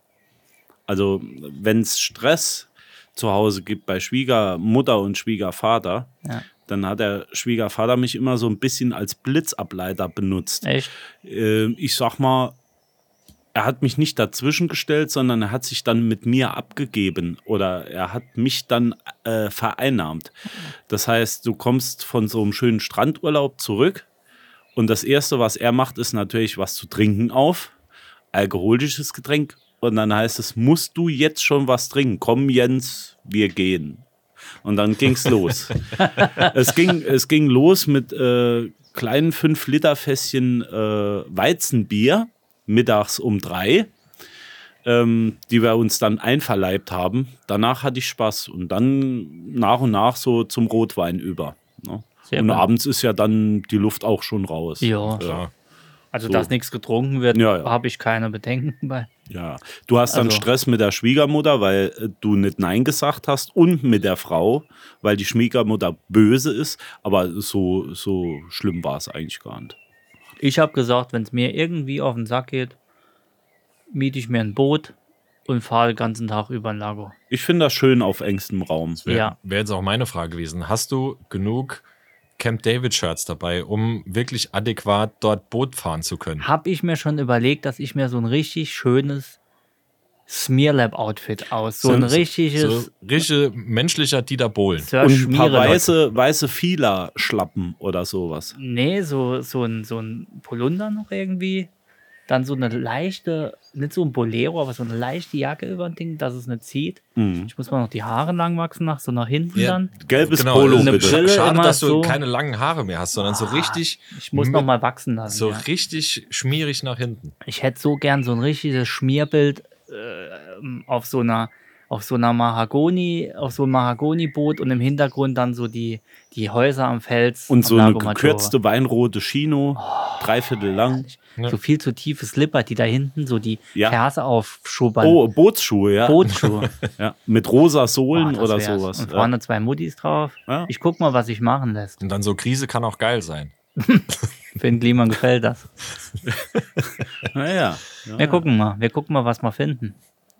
Speaker 3: Also, wenn es Stress zu Hause gibt bei Schwiegermutter und Schwiegervater,
Speaker 5: Ja.
Speaker 3: dann hat der Schwiegervater mich immer so ein bisschen als Blitzableiter benutzt.
Speaker 5: echt,
Speaker 3: Äh, ich sag mal, er hat mich nicht dazwischen gestellt, sondern er hat sich dann mit mir abgegeben oder er hat mich dann äh, vereinnahmt. Das heißt, du kommst von so einem schönen Strandurlaub zurück und das Erste, was er macht, ist natürlich was zu trinken auf, alkoholisches Getränk. Und dann heißt es, musst du jetzt schon was trinken? Komm, Jens, wir gehen. Und dann ging's
Speaker 5: [laughs]
Speaker 3: los. es, ging, es ging los mit äh, kleinen 5-Liter-Fässchen äh, Weizenbier mittags um drei, ähm, die wir uns dann einverleibt haben. Danach hatte ich Spaß und dann nach und nach so zum Rotwein über. Ne?
Speaker 5: Sehr
Speaker 3: und
Speaker 5: gut.
Speaker 3: abends ist ja dann die Luft auch schon raus.
Speaker 5: ja.
Speaker 4: Ja.
Speaker 5: Also,
Speaker 3: So.
Speaker 5: dass nichts getrunken wird,
Speaker 3: Ja, ja.
Speaker 5: habe ich keine Bedenken bei.
Speaker 3: Ja, du hast dann
Speaker 5: Also-
Speaker 3: Stress mit der Schwiegermutter, weil äh, du nicht Nein gesagt hast und mit der Frau, weil die Schwiegermutter böse ist. Aber so, so schlimm war es eigentlich gar nicht.
Speaker 5: Ich habe gesagt, wenn es mir irgendwie auf den Sack geht, miete ich mir ein Boot und fahre den ganzen Tag über ein Lago.
Speaker 3: Ich finde das schön auf engstem Raum.
Speaker 4: Wäre
Speaker 5: Ja.
Speaker 4: wär jetzt auch meine Frage gewesen. Hast du genug Camp David-Shirts dabei, um wirklich adäquat dort Boot fahren zu können?
Speaker 5: Habe ich mir schon überlegt, dass ich mir so ein richtig schönes Smearlab-Outfit aus, so, ein richtiges
Speaker 4: So richtige menschlicher Dieter Bohlen.
Speaker 5: Sir
Speaker 3: Und ein paar
Speaker 5: Schmierelab-
Speaker 3: weiße, weiße Fila-Schlappen oder sowas.
Speaker 5: Nee, so, so, ein, so ein Polunder noch irgendwie. Dann so eine leichte, nicht so ein Bolero, aber so eine leichte Jacke über ein Ding, dass es nicht zieht. Ich muss mal noch die Haare lang wachsen, nach, so nach hinten
Speaker 4: Ja,
Speaker 5: dann.
Speaker 3: Gelbes
Speaker 4: Genau,
Speaker 3: Polo,
Speaker 4: eine
Speaker 3: bitte.
Speaker 5: Brille
Speaker 4: Schade,
Speaker 5: immer
Speaker 4: dass du
Speaker 5: so- Ah,
Speaker 4: keine langen Haare mehr hast, sondern so richtig,
Speaker 5: Ich muss
Speaker 4: mit-
Speaker 5: noch mal wachsen lassen.
Speaker 4: so
Speaker 5: ja.
Speaker 4: richtig schmierig nach hinten.
Speaker 5: Ich hätte so gern so ein richtiges Schmierbild äh, auf so einer auf so einer Mahagoni, auf so einem Mahagoni-Boot und im Hintergrund dann so die, die Häuser am Fels.
Speaker 3: Und
Speaker 5: am
Speaker 3: so eine
Speaker 5: Lago Maggiore.
Speaker 3: gekürzte weinrote Chino,
Speaker 5: Oh.
Speaker 3: dreiviertel lang.
Speaker 5: So viel zu tiefe Slipper, die da hinten so die
Speaker 3: Ja.
Speaker 5: Ferse aufschubbern.
Speaker 3: Oh, Bootsschuhe, ja. [laughs]
Speaker 5: Bootschuhe.
Speaker 3: ja. Mit rosa
Speaker 5: Boah,
Speaker 3: Sohlen
Speaker 5: das
Speaker 3: oder
Speaker 5: wär's.
Speaker 3: sowas.
Speaker 5: Und
Speaker 3: Ja.
Speaker 5: vorne zwei Muttis drauf.
Speaker 3: Ja.
Speaker 5: Ich guck mal, was ich machen lässt.
Speaker 4: Und dann so Krise kann auch geil sein.
Speaker 5: Für den Kliman gefällt das.
Speaker 3: Naja. Ja.
Speaker 5: Wir gucken mal. Wir gucken mal, was wir finden.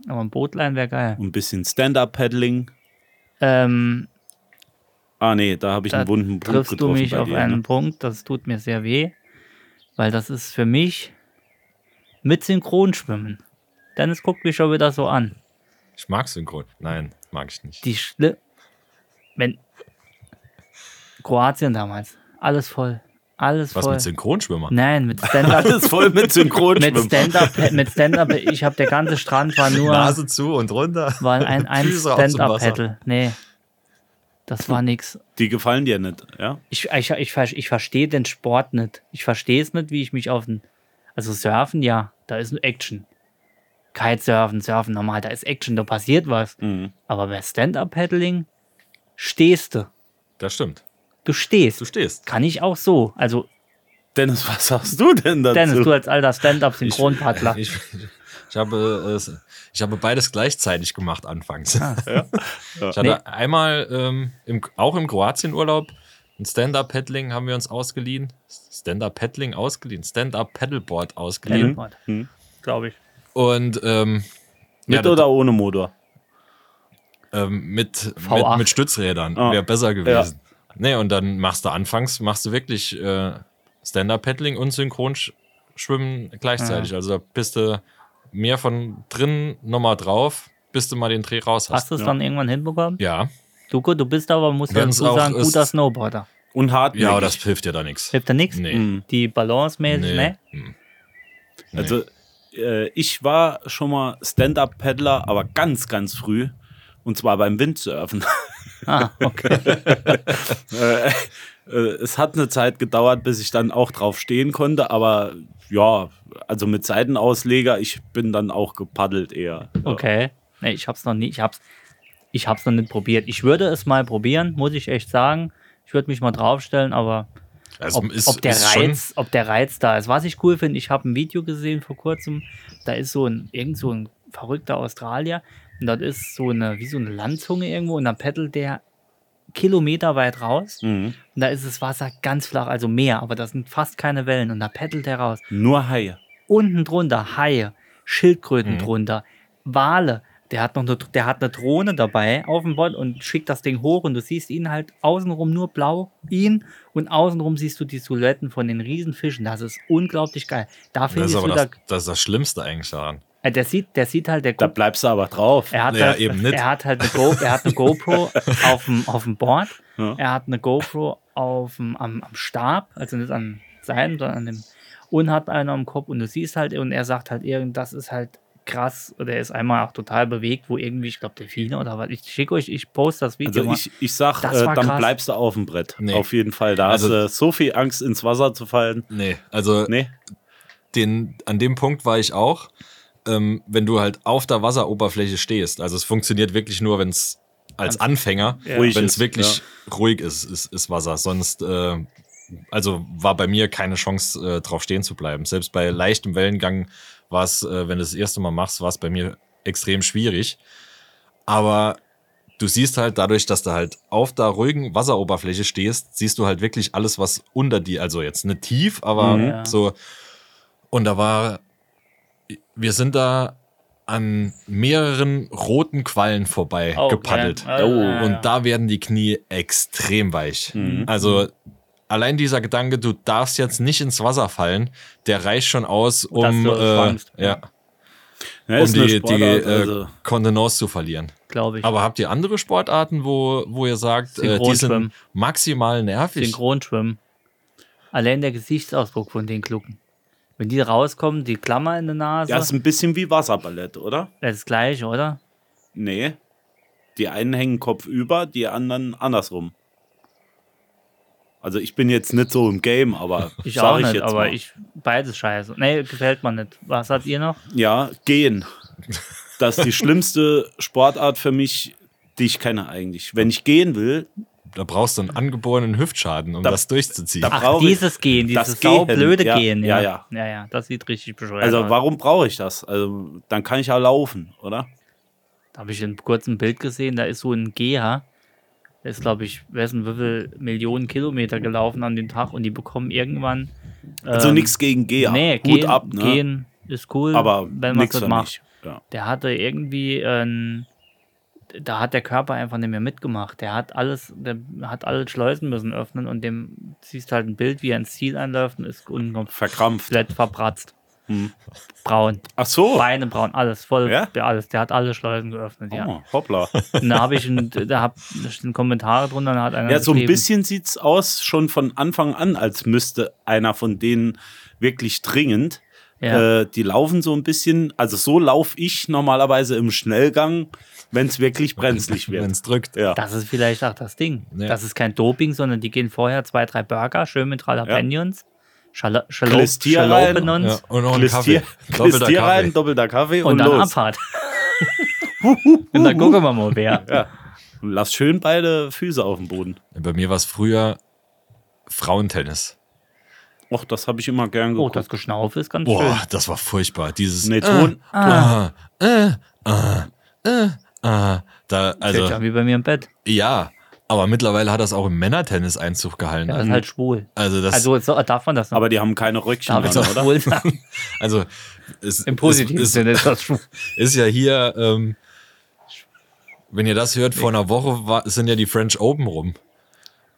Speaker 5: Aber ein Bootlein wäre geil.
Speaker 3: Und ein bisschen Stand-Up-Paddling.
Speaker 5: Ähm,
Speaker 3: Ah, nee, da habe ich
Speaker 5: da
Speaker 3: einen wunden Punkt
Speaker 5: triffst du
Speaker 3: getroffen.
Speaker 5: mich
Speaker 4: ne?
Speaker 3: bei
Speaker 5: auf
Speaker 3: dir,
Speaker 5: einen
Speaker 3: ne?
Speaker 5: Punkt. Das tut mir sehr weh. Weil das ist für mich mit Synchronschwimmen. Dennis guckt mich schon wieder so an.
Speaker 4: Ich mag Synchron. Nein, mag ich nicht.
Speaker 5: Die Schli wenn Kroatien damals, alles voll, alles
Speaker 4: Was
Speaker 5: voll.
Speaker 4: mit Synchronschwimmern?
Speaker 5: Nein,
Speaker 4: [laughs]
Speaker 5: mit Stand-up,
Speaker 3: Alles [laughs] voll mit Synchronschwimmen.
Speaker 5: mit Stand-up, mit Stand-up. Ich habe der ganze
Speaker 4: [laughs]
Speaker 5: Strand war nur
Speaker 4: Nase zu und runter.
Speaker 5: war ein,
Speaker 4: [laughs]
Speaker 5: ein
Speaker 4: Füße aus dem Wasser.
Speaker 5: Stand-up-Paddle. Nee, das war nix.
Speaker 3: Die gefallen dir nicht, ja?
Speaker 5: ich, ich, ich, ver- ich verstehe den Sport nicht. Ich verstehe es nicht, wie ich mich auf den. Also Surfen, ja, da ist Action. Kitesurfen, Surfen, normal, da ist Action, da passiert was.
Speaker 4: Mhm.
Speaker 3: Mhm.
Speaker 5: Aber bei Stand-Up-Paddling stehst du.
Speaker 4: Das stimmt.
Speaker 5: Du stehst.
Speaker 4: Du stehst.
Speaker 5: Kann ich auch so. Also,
Speaker 3: Dennis, was sagst du denn dazu?
Speaker 5: Dennis, du als alter Stand-Up-Synchronpaddler.
Speaker 4: Ich, ich, habe, äh, ich habe beides gleichzeitig gemacht anfangs. [laughs] Ich hatte
Speaker 5: Nee.
Speaker 4: einmal ähm, im, auch im Kroatien-Urlaub ein Stand-Up-Paddling haben wir uns ausgeliehen. Stand-Up-Paddling ausgeliehen. Stand-Up-Paddleboard ausgeliehen.
Speaker 5: Paddleboard, Glaube ich.
Speaker 4: Und ähm, ja,
Speaker 3: mit
Speaker 4: das-
Speaker 3: oder ohne Motor?
Speaker 4: ähm, mit,
Speaker 5: V8.
Speaker 4: mit, mit Stützrädern.
Speaker 3: Ah.
Speaker 4: Wäre besser gewesen. Nee, und dann machst du anfangs, machst du wirklich äh, Stand-Up-Paddling und Synchronschwimmen gleichzeitig. Also da bist du mehr von drin nochmal drauf, bis du mal den Dreh raus hast.
Speaker 5: Hast du es dann irgendwann hinbekommen?
Speaker 4: Ja.
Speaker 5: Duco, du bist aber, muss
Speaker 4: Wenn's
Speaker 5: dazu
Speaker 4: auch
Speaker 5: sagen,
Speaker 4: ist-
Speaker 5: guter Snowboarder.
Speaker 3: Und hartnäckig.
Speaker 4: Ja, aber das hilft dir da nichts.
Speaker 5: Hilft dir nichts?
Speaker 4: Nee.
Speaker 5: Die Balance-mäßig,
Speaker 4: Nee.
Speaker 5: ne?
Speaker 3: Also, äh, ich war schon mal Stand-Up-Paddler, aber ganz, ganz früh. Und zwar beim Windsurfen. [laughs]
Speaker 5: Ah, okay.
Speaker 3: äh, äh, es hat eine Zeit gedauert, bis ich dann auch drauf stehen konnte, aber ja, also mit Seitenausleger, ich bin dann auch gepaddelt eher.
Speaker 5: Okay. Nee, ich hab's noch nie, ich hab's, ich hab's noch nicht probiert. Ich würde es mal probieren, muss ich echt sagen. Ich würde mich mal draufstellen, aber
Speaker 4: Also
Speaker 5: ob, ob, der Reiz, ob der Reiz da ist. Was ich cool finde, ich habe ein Video gesehen vor kurzem, da ist so ein, irgend so ein verrückter Australier und dort ist so eine, wie so eine Landzunge irgendwo und dann paddelt der kilometerweit raus
Speaker 3: Mhm.
Speaker 5: und da ist das Wasser ganz flach, also Meer, aber da sind fast keine Wellen und da paddelt er raus
Speaker 3: Nur Haie.
Speaker 5: unten drunter Haie,
Speaker 4: Mhm.
Speaker 5: Schildkröten drunter, Wale. Der hat noch eine, der hat eine Drohne dabei auf dem Bord und schickt das Ding hoch und du siehst ihn halt außenrum nur blau, ihn und außenrum siehst du die Silhouetten von den Riesenfischen. Das ist unglaublich geil. Da finde
Speaker 4: Das
Speaker 5: ich
Speaker 4: ist
Speaker 5: es
Speaker 4: aber
Speaker 5: wieder.
Speaker 4: das, das, ist das Schlimmste eigentlich daran.
Speaker 5: Äh, der sieht, der sieht halt, der
Speaker 3: Da
Speaker 5: guckt,
Speaker 3: bleibst du aber drauf.
Speaker 5: er hat,
Speaker 4: Naja,
Speaker 5: halt,
Speaker 4: eben nicht.
Speaker 5: er hat halt eine, Go, er hat eine GoPro auf dem, auf dem Board.
Speaker 3: Ja.
Speaker 5: Er hat eine GoPro auf dem, am, am Stab, also nicht an seinem, sondern an dem. Und hat einer am Kopf und du siehst halt, und er sagt halt, irgend, das ist halt krass. Oder er ist einmal auch total bewegt, wo irgendwie, ich glaube, Delfine oder was. Ich schicke euch, ich poste das Video.
Speaker 3: Also
Speaker 5: mal.
Speaker 3: ich, ich sag,
Speaker 5: Das
Speaker 3: äh,
Speaker 5: war
Speaker 3: dann
Speaker 5: krass.
Speaker 3: bleibst du auf dem Brett.
Speaker 4: Nee.
Speaker 3: Auf jeden Fall. Da
Speaker 4: Also-
Speaker 3: hast du so viel Angst, ins Wasser zu fallen.
Speaker 4: Nee, also
Speaker 3: Nee.
Speaker 4: den, an dem Punkt war ich auch, ähm, wenn du halt auf der Wasseroberfläche stehst. Also es funktioniert wirklich nur, wenn es als Anfänger,
Speaker 3: Ruhig
Speaker 4: wenn
Speaker 3: ist,
Speaker 4: es wirklich ruhig ist, ist, ist Wasser. Sonst, äh, also war bei mir keine Chance, äh, drauf stehen zu bleiben. Selbst bei leichtem Wellengang war es, äh, wenn du das erste Mal machst, war es bei mir extrem schwierig. Aber du siehst halt dadurch, dass du halt auf der ruhigen Wasseroberfläche stehst, siehst du halt wirklich alles, was unter dir, also jetzt nicht tief, aber
Speaker 5: Mhm.
Speaker 4: so. Und da war, wir sind da an mehreren roten Quallen vorbei
Speaker 5: Oh,
Speaker 4: gepaddelt.
Speaker 5: ja. Oh, ja, ja. Mhm.
Speaker 4: Und da werden die Knie extrem weich. Also allein dieser Gedanke, du darfst jetzt nicht ins Wasser fallen, der reicht schon aus, um,
Speaker 5: du
Speaker 4: äh,
Speaker 5: schwankst.
Speaker 4: ja,
Speaker 3: Ja,
Speaker 4: um
Speaker 3: ist eine
Speaker 4: die, die
Speaker 3: Sportart,
Speaker 4: äh,
Speaker 3: also.
Speaker 4: Kontenance zu verlieren.
Speaker 5: glaube ich.
Speaker 4: Aber habt ihr andere Sportarten, wo, wo ihr sagt, äh, die
Speaker 5: Synchronschwimmen.
Speaker 4: sind maximal nervig?
Speaker 5: Synchronschwimmen. Allein der Gesichtsausdruck von den Klucken. Wenn die rauskommen, die Klammer in der Nase,
Speaker 3: Ja, ist ein bisschen wie Wasserballett, oder?
Speaker 5: das ist das gleiche, oder?
Speaker 3: Nee. Die einen hängen Kopf über, die anderen andersrum. Also ich bin jetzt nicht so im Game, aber
Speaker 5: Ich
Speaker 3: sag
Speaker 5: auch
Speaker 3: ich
Speaker 5: nicht,
Speaker 3: jetzt
Speaker 5: aber
Speaker 3: mal.
Speaker 5: ich beides scheiße. Nee, gefällt mir nicht. Was habt ihr noch?
Speaker 3: ja gehen. Das
Speaker 4: [laughs]
Speaker 3: ist die schlimmste Sportart für mich, die ich kenne eigentlich. Wenn ich gehen will,
Speaker 4: Da brauchst du einen angeborenen Hüftschaden, um
Speaker 3: Da-
Speaker 4: das durchzuziehen.
Speaker 3: da
Speaker 5: Ach,
Speaker 3: brauche ich
Speaker 5: dieses Gehen,
Speaker 3: das
Speaker 5: dieses
Speaker 3: Gehen,
Speaker 5: saublöde
Speaker 3: ja,
Speaker 5: Gehen.
Speaker 3: ja,
Speaker 5: ja.
Speaker 3: ja.
Speaker 5: Ja, ja, das sieht richtig bescheuert
Speaker 3: also
Speaker 5: aus.
Speaker 3: warum brauche ich das? Also dann kann ich ja laufen, oder?
Speaker 5: Da habe ich in kurzem Bild gesehen, da ist so ein Geher, der ist, glaube ich, wessen wie viel Millionen Kilometer gelaufen an dem Tag und die bekommen irgendwann.
Speaker 3: Also
Speaker 5: ähm,
Speaker 3: nichts gegen Geher.
Speaker 5: Nee,
Speaker 3: Gut
Speaker 5: gehen,
Speaker 3: ab, ne?
Speaker 5: gehen ist cool,
Speaker 3: aber
Speaker 5: wenn man
Speaker 3: nichts
Speaker 5: das
Speaker 3: für
Speaker 5: macht.
Speaker 3: mich. Ja.
Speaker 5: Der hatte irgendwie, ähm, da hat der Körper einfach nicht mehr mitgemacht. Der hat alles, der hat alle Schleusen müssen öffnen und dem siehst halt ein Bild, wie er ins Ziel anläuft und ist komplett
Speaker 3: Verkrampft.
Speaker 5: verpratzt. Braun.
Speaker 3: Ach so.
Speaker 5: Beine braun, alles, voll,
Speaker 3: Mhm. Ja?
Speaker 5: ja? alles. Der hat alle Schleusen geöffnet, ja.
Speaker 3: Oh,
Speaker 5: [laughs]
Speaker 3: hoppla.
Speaker 5: Und da habe ich einen, da hab, da stehen Kommentare drunter, da hat einer
Speaker 3: Ja, so ein
Speaker 5: geschrieben,
Speaker 3: bisschen sieht's aus schon von Anfang an, als müsste einer von denen wirklich dringend.
Speaker 5: Ja.
Speaker 3: Äh, die laufen so ein bisschen, also so laufe ich normalerweise im Schnellgang, wenn es wirklich brenzlig wird.
Speaker 4: Wenn es drückt.
Speaker 3: ja.
Speaker 5: Das ist vielleicht auch das Ding.
Speaker 4: Ja.
Speaker 5: Das ist kein Doping, sondern die gehen vorher zwei, drei Burger, schön mit Jalapenos, Jala- Jala-
Speaker 3: Klistier rein.
Speaker 4: Ja,
Speaker 5: Jalapenos
Speaker 4: und noch ein Kaffee.
Speaker 3: Klistier,
Speaker 4: Doppelter
Speaker 3: Klistier rein,
Speaker 4: Kaffee.
Speaker 3: doppelter Kaffee und,
Speaker 5: und dann
Speaker 3: los.
Speaker 5: Abfahrt. [laughs] und dann gucken wir mal, wer.
Speaker 3: Und Lass schön beide Füße auf dem Boden.
Speaker 4: Bei mir war es früher Frauentennis.
Speaker 3: Och, das habe ich immer gern
Speaker 5: Oh,
Speaker 3: geguckt.
Speaker 5: das Geschnaufe ist ganz schön.
Speaker 4: Boah, also- das war furchtbar. Dieses äh,
Speaker 3: nee, Ton,
Speaker 4: ah, äh, ah, äh, ah. Da,
Speaker 5: Also,
Speaker 4: also,
Speaker 5: wie bei mir im Bett.
Speaker 4: ja, aber mittlerweile hat das auch im Männertennis Einzug gehalten.
Speaker 5: Das ist halt schwul.
Speaker 4: also, das,
Speaker 5: Also so, darf man das noch?
Speaker 3: aber die haben keine Röckchen
Speaker 5: darf ich
Speaker 3: an,
Speaker 5: das
Speaker 3: oder?
Speaker 5: schwul sagen?
Speaker 4: [laughs] also es,
Speaker 5: Im positiven
Speaker 4: es,
Speaker 5: Sinne ist das schwul.
Speaker 4: [laughs] ist ja hier, ähm, wenn ihr das hört, vor einer Woche war, sind ja die French Open rum.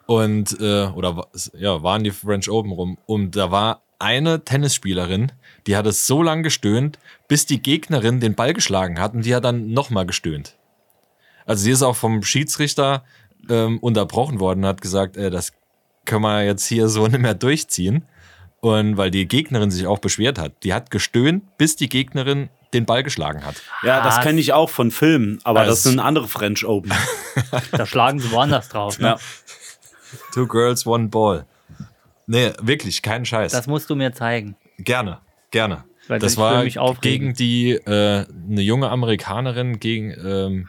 Speaker 4: Und, äh, oder wa- ja, waren die French Open rum. Und da war eine Tennisspielerin, die hat es so lange gestöhnt, bis die Gegnerin den Ball geschlagen hat und die hat dann nochmal gestöhnt. Also sie ist auch vom Schiedsrichter ähm, unterbrochen worden und hat gesagt, äh, das können wir jetzt hier so [laughs] nicht mehr durchziehen. Und weil die Gegnerin sich auch beschwert hat, die hat gestöhnt, bis die Gegnerin den Ball geschlagen hat.
Speaker 3: Ja, das
Speaker 5: Was?
Speaker 3: kenne ich auch von Filmen, aber
Speaker 4: Also-
Speaker 3: das sind andere French Open.
Speaker 5: [laughs] Da schlagen sie woanders drauf. Ne?
Speaker 3: ja.
Speaker 4: Two girls, one ball. Nee, wirklich, kein Scheiß.
Speaker 5: Das musst du mir zeigen.
Speaker 4: gerne, gerne.
Speaker 5: Weil
Speaker 4: das
Speaker 5: ich will
Speaker 4: war
Speaker 5: mich
Speaker 4: gegen
Speaker 5: aufregen.
Speaker 4: die, äh, eine junge Amerikanerin gegen ähm,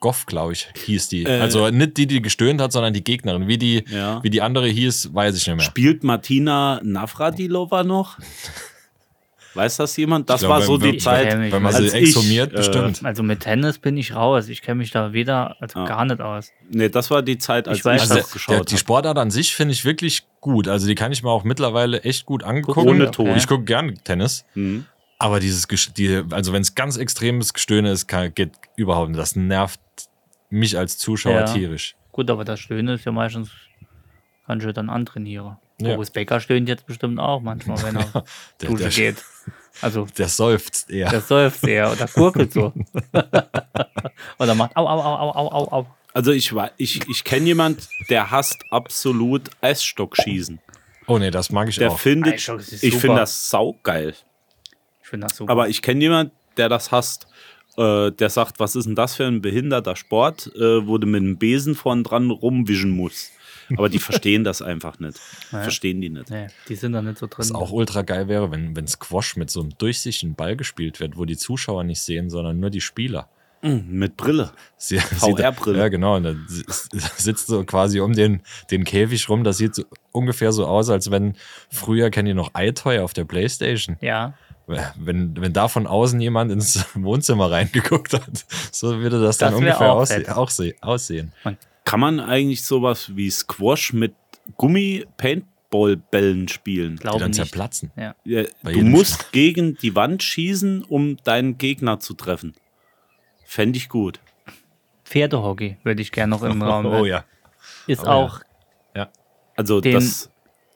Speaker 4: Goff, glaube ich, hieß die. also nicht die, die gestöhnt hat, sondern die Gegnerin. Wie die,
Speaker 3: Äh. Ja.
Speaker 4: wie die andere hieß, weiß ich nicht mehr.
Speaker 3: Spielt Martina Navratilova noch? Weiß das jemand? Das
Speaker 4: Ich glaub,
Speaker 3: war
Speaker 4: wenn-
Speaker 3: so
Speaker 4: wenn-
Speaker 3: die Zeit.
Speaker 5: wenn-
Speaker 4: Wenn man
Speaker 3: Als
Speaker 4: sie
Speaker 3: ich,
Speaker 4: exhumiert,
Speaker 3: äh,
Speaker 4: bestimmt.
Speaker 5: Also mit Tennis bin ich raus. Ich kenne mich da weder, also gar nicht aus.
Speaker 3: Nee, das war die Zeit, als ich,
Speaker 5: Ich weiß
Speaker 4: Also
Speaker 5: hab
Speaker 4: der,
Speaker 3: das
Speaker 4: der,
Speaker 3: geschaut
Speaker 4: die
Speaker 3: habe.
Speaker 4: Sportart an sich finde ich wirklich gut. Also die kann ich mir auch mittlerweile echt gut angucken.
Speaker 5: Ohne
Speaker 3: Ton.
Speaker 4: Ich gucke gerne Tennis. Aber dieses, Gesch- die, also wenn es ganz extremes Gestöhne ist, kann, geht überhaupt nicht. Das nervt mich als Zuschauer
Speaker 5: Ja.
Speaker 4: tierisch.
Speaker 5: Gut, aber das Stöhnen ist ja meistens ganz schön dann antrainiere.
Speaker 4: Ja.
Speaker 5: Boris Becker stöhnt jetzt bestimmt auch manchmal, wenn er
Speaker 4: Der-
Speaker 5: Dusche
Speaker 4: der-
Speaker 5: geht. Also
Speaker 4: Der seufzt eher.
Speaker 5: das seufzt er oder gurgelt [laughs] so. oder macht au, au, au, au, au, au, au.
Speaker 3: Also ich, wei- ich, ich kenne jemand, der hasst absolut Eisstockschießen.
Speaker 4: oh nee, das mag ich
Speaker 3: Der
Speaker 4: auch.
Speaker 3: findet,
Speaker 5: Eisstock ist
Speaker 3: ich
Speaker 5: super.
Speaker 3: finde das saugeil.
Speaker 5: Ich finde das super.
Speaker 3: Aber ich kenne jemand, der das hasst. Äh, der sagt, was ist denn das für ein behinderter Sport, äh, wo du mit einem Besen vorn dran rumwischen musst. Aber
Speaker 5: [laughs]
Speaker 3: die verstehen das einfach nicht. Verstehen die nicht.
Speaker 5: nee, die sind da nicht so drin.
Speaker 4: Was auch ultra geil wäre, wenn, wenn Squash mit so einem durchsichtigen Ball gespielt wird, wo die Zuschauer nicht sehen, sondern nur die Spieler.
Speaker 3: Mit Brille.
Speaker 4: Sie- [laughs]
Speaker 3: VR-Brille.
Speaker 4: sieht- Ja, genau. Und dann si- [laughs] sitzt so quasi um den, den Käfig rum. Das sieht so, ungefähr so aus, als wenn früher, kennt ihr noch iToy auf der Playstation?
Speaker 5: ja,
Speaker 4: Wenn, wenn da von außen jemand ins [laughs] Wohnzimmer reingeguckt hat, so würde das dann
Speaker 5: Das wär
Speaker 4: ungefähr
Speaker 5: auch
Speaker 4: aussehen,
Speaker 5: fett.
Speaker 4: auch se aussehen.
Speaker 3: Kann man eigentlich sowas wie Squash mit Gummi-Paintball-Bällen spielen?
Speaker 4: Die
Speaker 5: glaube
Speaker 4: dann
Speaker 5: nicht.
Speaker 4: zerplatzen.
Speaker 5: Ja.
Speaker 3: Ja,
Speaker 4: Bei
Speaker 3: du
Speaker 4: jedem
Speaker 3: musst gegen die Wand schießen, um deinen Gegner zu treffen. Fände ich gut.
Speaker 5: Pferdehockey würde ich gerne noch im
Speaker 4: [laughs]
Speaker 5: Raum. ne?
Speaker 4: Oh ja.
Speaker 5: Ist
Speaker 4: ja.
Speaker 5: auch
Speaker 3: Also
Speaker 5: Den-
Speaker 3: das.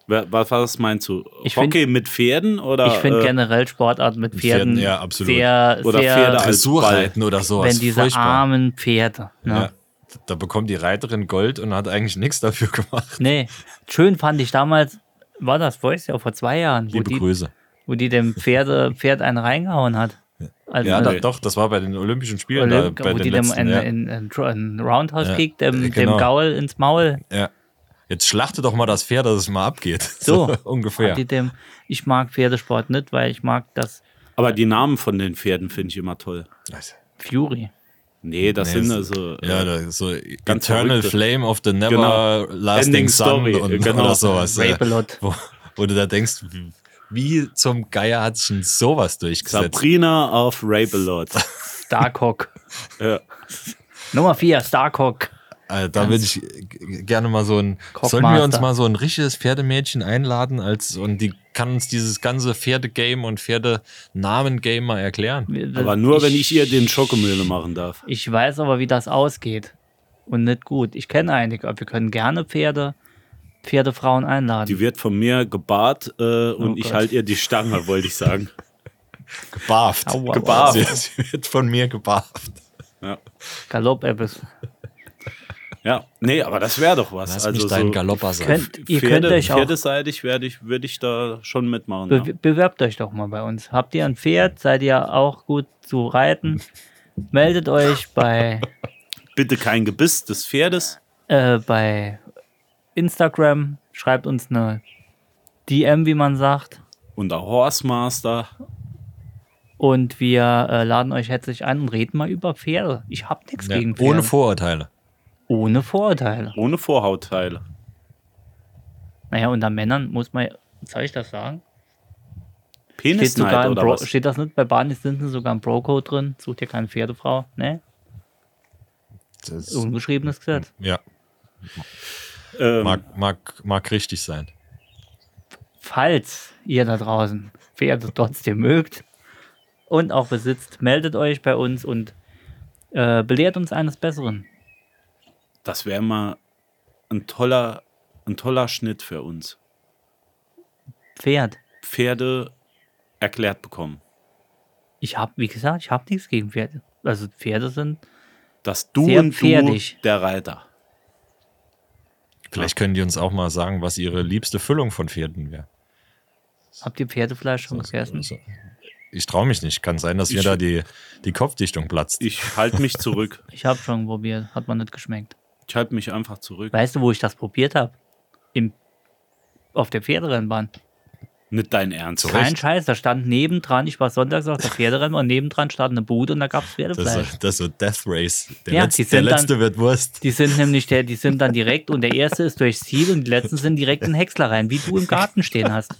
Speaker 3: wa- Was, was meinst du?
Speaker 5: Ich find-
Speaker 3: Hockey mit Pferden oder?
Speaker 5: Ich finde
Speaker 3: äh,
Speaker 5: generell Sportarten mit Pferden,
Speaker 4: Pferden, ja, absolut.
Speaker 5: sehr,
Speaker 3: Oder
Speaker 5: sehr,
Speaker 3: Pferde als
Speaker 4: Dressurreiten oder sowas.
Speaker 5: wenn diese armen Pferde. Ne?
Speaker 4: Ja. Da bekommt die Reiterin Gold und hat eigentlich nichts dafür gemacht.
Speaker 5: Nee, schön fand ich damals, war das Voice ja vor zwei Jahren, wo
Speaker 4: Liebe
Speaker 5: die,
Speaker 4: Grüße.
Speaker 5: wo die dem Pferde, Pferd einen reingehauen hat. Also,
Speaker 4: Ja,
Speaker 5: ne,
Speaker 4: da, doch, das war bei den Olympischen Spielen.
Speaker 5: Olymp-
Speaker 4: da, bei
Speaker 5: wo
Speaker 4: den
Speaker 5: die dem
Speaker 4: letzten,
Speaker 5: einen,
Speaker 4: ja.
Speaker 5: einen, einen, einen Roundhouse-Kick
Speaker 4: Ja,
Speaker 5: dem,
Speaker 4: äh, genau.
Speaker 5: dem Gaul
Speaker 4: [laughs]
Speaker 5: ins Maul.
Speaker 4: Ja. Jetzt schlachte doch mal das Pferd, dass es mal abgeht. [laughs]
Speaker 5: So,
Speaker 4: ungefähr.
Speaker 5: Hat Die dem, ich mag Pferdesport nicht, weil ich mag das
Speaker 3: Aber die Namen von den Pferden finde ich immer toll.
Speaker 5: Fury.
Speaker 3: Nee, das
Speaker 4: Nee,
Speaker 3: sind
Speaker 4: so-
Speaker 3: also. äh,
Speaker 4: Ja, da, so
Speaker 3: Ganz
Speaker 4: Eternal
Speaker 3: verrückte. Genau.
Speaker 4: Flame of the Never Lasting
Speaker 3: Ending
Speaker 4: Sun
Speaker 3: Story,
Speaker 4: und,
Speaker 3: genau.
Speaker 4: oder [laughs] sowas.
Speaker 5: Ray
Speaker 4: äh,
Speaker 5: Belot.
Speaker 4: Wo, wo du da denkst, wie- wie zum Geier hat schon sowas durchgesetzt.
Speaker 3: Sabrina auf
Speaker 4: [laughs]
Speaker 3: Raybelot.
Speaker 5: Starcock.
Speaker 3: ja.
Speaker 5: Nummer 4, Starcock.
Speaker 4: Also, da würde ich g- gerne mal so ein.
Speaker 5: Cockmaster.
Speaker 4: Sollen wir uns mal so ein richtiges Pferdemädchen einladen als und die kann uns dieses ganze Pferdegame und Pferdenamen-Game mal erklären.
Speaker 3: Aber nur, wenn ich ihr den Schokomühle machen darf.
Speaker 5: Ich weiß aber, wie das ausgeht. Und nicht gut. Ich kenne einige, aber wir können gerne Pferde, Pferdefrauen einladen.
Speaker 3: Die wird von mir gebart äh, und
Speaker 5: Oh
Speaker 3: ich
Speaker 5: Gott.
Speaker 3: halte ihr die Stange, wollte ich sagen.
Speaker 4: gebarft.
Speaker 5: Aua, aua.
Speaker 4: gebarft. Sie, [laughs] sie wird von mir gebarft.
Speaker 3: Ja.
Speaker 5: Galopp, Ebbes.
Speaker 4: Äh,
Speaker 3: ja, nee, aber das wäre doch was.
Speaker 4: Lass
Speaker 3: also
Speaker 4: mich dein
Speaker 3: so
Speaker 4: Galopper sein.
Speaker 5: Könnt, ihr
Speaker 3: Pferde,
Speaker 5: könnt euch auch
Speaker 3: Pferdeseitig werde ich, würde ich da schon mitmachen.
Speaker 5: Be
Speaker 3: Ja.
Speaker 5: Bewerbt euch doch mal bei uns. Habt ihr ein Pferd? Seid ihr auch gut
Speaker 4: [laughs]
Speaker 5: zu reiten? Meldet euch bei,
Speaker 3: Bitte kein Gebiss des Pferdes.
Speaker 5: äh, bei Instagram. Schreibt uns eine DM, wie man sagt.
Speaker 3: Und der Horsemaster.
Speaker 5: Und wir äh, laden euch herzlich ein und reden mal über Pferde. Ich hab nichts
Speaker 4: Ja,
Speaker 5: gegen Pferde.
Speaker 4: ohne Vorurteile.
Speaker 5: ohne Vorurteile.
Speaker 3: Ohne Vorhautteile.
Speaker 5: Naja, unter Männern muss man, soll ich das sagen? Steht, sogar
Speaker 3: Penisneid
Speaker 5: im
Speaker 3: oder
Speaker 5: Bro
Speaker 3: was?
Speaker 5: steht das nicht bei Barney Stinson sogar im Bro-Code drin? Sucht ihr keine Pferdefrau? Ne?
Speaker 4: Das,
Speaker 5: Ungeschriebenes Gesetz.
Speaker 4: ja,
Speaker 3: Ähm,
Speaker 4: mag, mag, mag richtig sein.
Speaker 5: falls ihr da draußen Pferde trotzdem mögt und auch besitzt, meldet euch bei uns und äh, belehrt uns eines Besseren.
Speaker 3: das wäre mal ein toller, ein toller Schnitt für uns.
Speaker 5: Pferd.
Speaker 3: Pferde erklärt bekommen.
Speaker 5: Ich habe, wie gesagt, ich habe nichts gegen Pferde. Also Pferde sind.
Speaker 3: Dass du
Speaker 5: Sehr
Speaker 3: und
Speaker 5: pferdig.
Speaker 3: du der Reiter.
Speaker 4: Vielleicht können die uns auch mal sagen, was ihre liebste Füllung von Pferden wäre.
Speaker 5: Habt ihr Pferdefleisch schon gegessen?
Speaker 4: Also, ich traue mich nicht. Kann sein, dass mir
Speaker 3: Ich-
Speaker 4: da die, die Kopfdichtung platzt.
Speaker 3: Ich halte mich zurück.
Speaker 5: Ich habe schon probiert, hat man nicht geschmeckt.
Speaker 3: Ich halte mich einfach zurück.
Speaker 5: Weißt du, wo ich das probiert habe? Im auf der Pferderennbahn.
Speaker 3: Nicht dein Ernst.
Speaker 4: Zurück.
Speaker 5: Kein Scheiß, da stand nebendran, ich war sonntags auf der Pferderennbahn, nebendran stand eine Bude und da gab es
Speaker 4: das,
Speaker 5: Pferdefleisch.
Speaker 4: ist, das ist so Death Race. Der,
Speaker 5: Ja,
Speaker 4: Letz,
Speaker 5: die
Speaker 4: der
Speaker 5: sind dann-
Speaker 4: letzte wird Wurst.
Speaker 5: Die sind nämlich, der, die sind dann direkt und der erste ist durchs Ziel und die letzten sind direkt in den Häcksler rein, wie du im Garten stehen hast.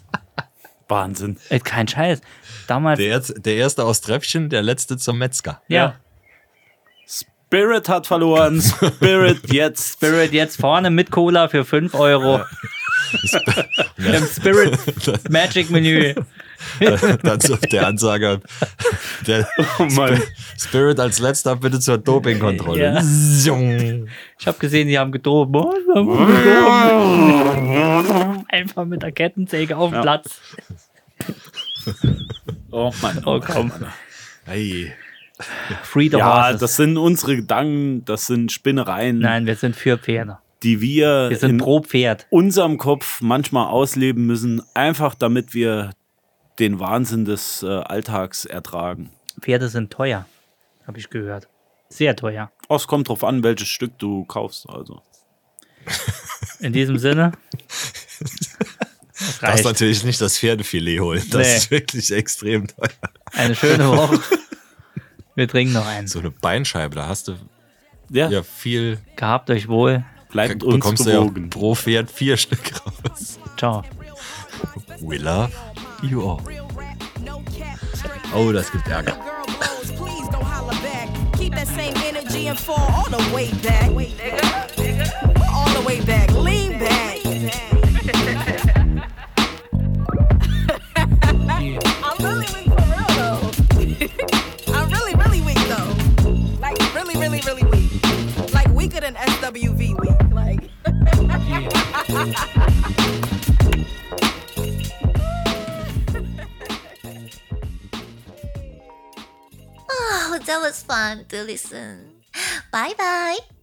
Speaker 3: Wahnsinn.
Speaker 5: Äh, kein Scheiß. Damals,
Speaker 4: Der, Erz- der erste aus Treppchen, der letzte zum Metzger.
Speaker 5: ja,
Speaker 3: Spirit hat verloren. Spirit jetzt.
Speaker 5: Spirit jetzt vorne mit Cola für 5 Euro. [laughs] Im Spirit Magic Menü.
Speaker 4: [laughs] Dann so der Ansager. Der
Speaker 3: [laughs] Oh Mann.
Speaker 4: Spirit als letzter bitte zur Dopingkontrolle.
Speaker 5: Ja.
Speaker 4: Zung.
Speaker 5: Ich habe gesehen, die haben gedroht. Boah, die haben gedroht. Einfach mit der Kettensäge auf den
Speaker 3: Ja.
Speaker 5: Platz.
Speaker 3: Oh Mann.
Speaker 5: Oh komm.
Speaker 4: Hey.
Speaker 5: Free the
Speaker 3: Ja,
Speaker 5: horses.
Speaker 3: das sind unsere Gedanken, das sind Spinnereien,
Speaker 5: Nein, wir sind für Pferde.
Speaker 3: die wir,
Speaker 5: Wir sind
Speaker 3: in
Speaker 5: pro Pferd.
Speaker 3: unserem Kopf manchmal ausleben müssen, einfach damit wir den Wahnsinn des äh, Alltags ertragen.
Speaker 5: Pferde sind teuer, habe ich gehört. Sehr teuer.
Speaker 3: Oh, es kommt drauf an, welches Stück du kaufst. Also.
Speaker 5: In diesem Sinne. Das
Speaker 4: Darfst
Speaker 5: reicht.
Speaker 4: natürlich nicht das Pferdefilet holen. Das
Speaker 5: Nee.
Speaker 4: ist wirklich extrem teuer.
Speaker 5: Eine schöne Woche. Wir trinken noch eins.
Speaker 4: So eine Beinscheibe, da hast du
Speaker 3: Ja,
Speaker 4: ja viel.
Speaker 5: Gehabt euch wohl.
Speaker 3: bleibt uns
Speaker 4: bekommst du ja
Speaker 3: gewogen.
Speaker 4: pro Pferd vier Stück raus.
Speaker 5: Ciao.
Speaker 4: We love you all.
Speaker 2: Oh, das gibt
Speaker 4: Ärger.
Speaker 2: Ärger. Keep that same energy and fall all the way back. All the way back. Lean back. [laughs] I'm really weak for real though. [laughs] I'm really, really weak though. Like really, really, really weak. Like weaker than SWV weak. Like.
Speaker 1: Oh, that was fun to listen. Bye bye.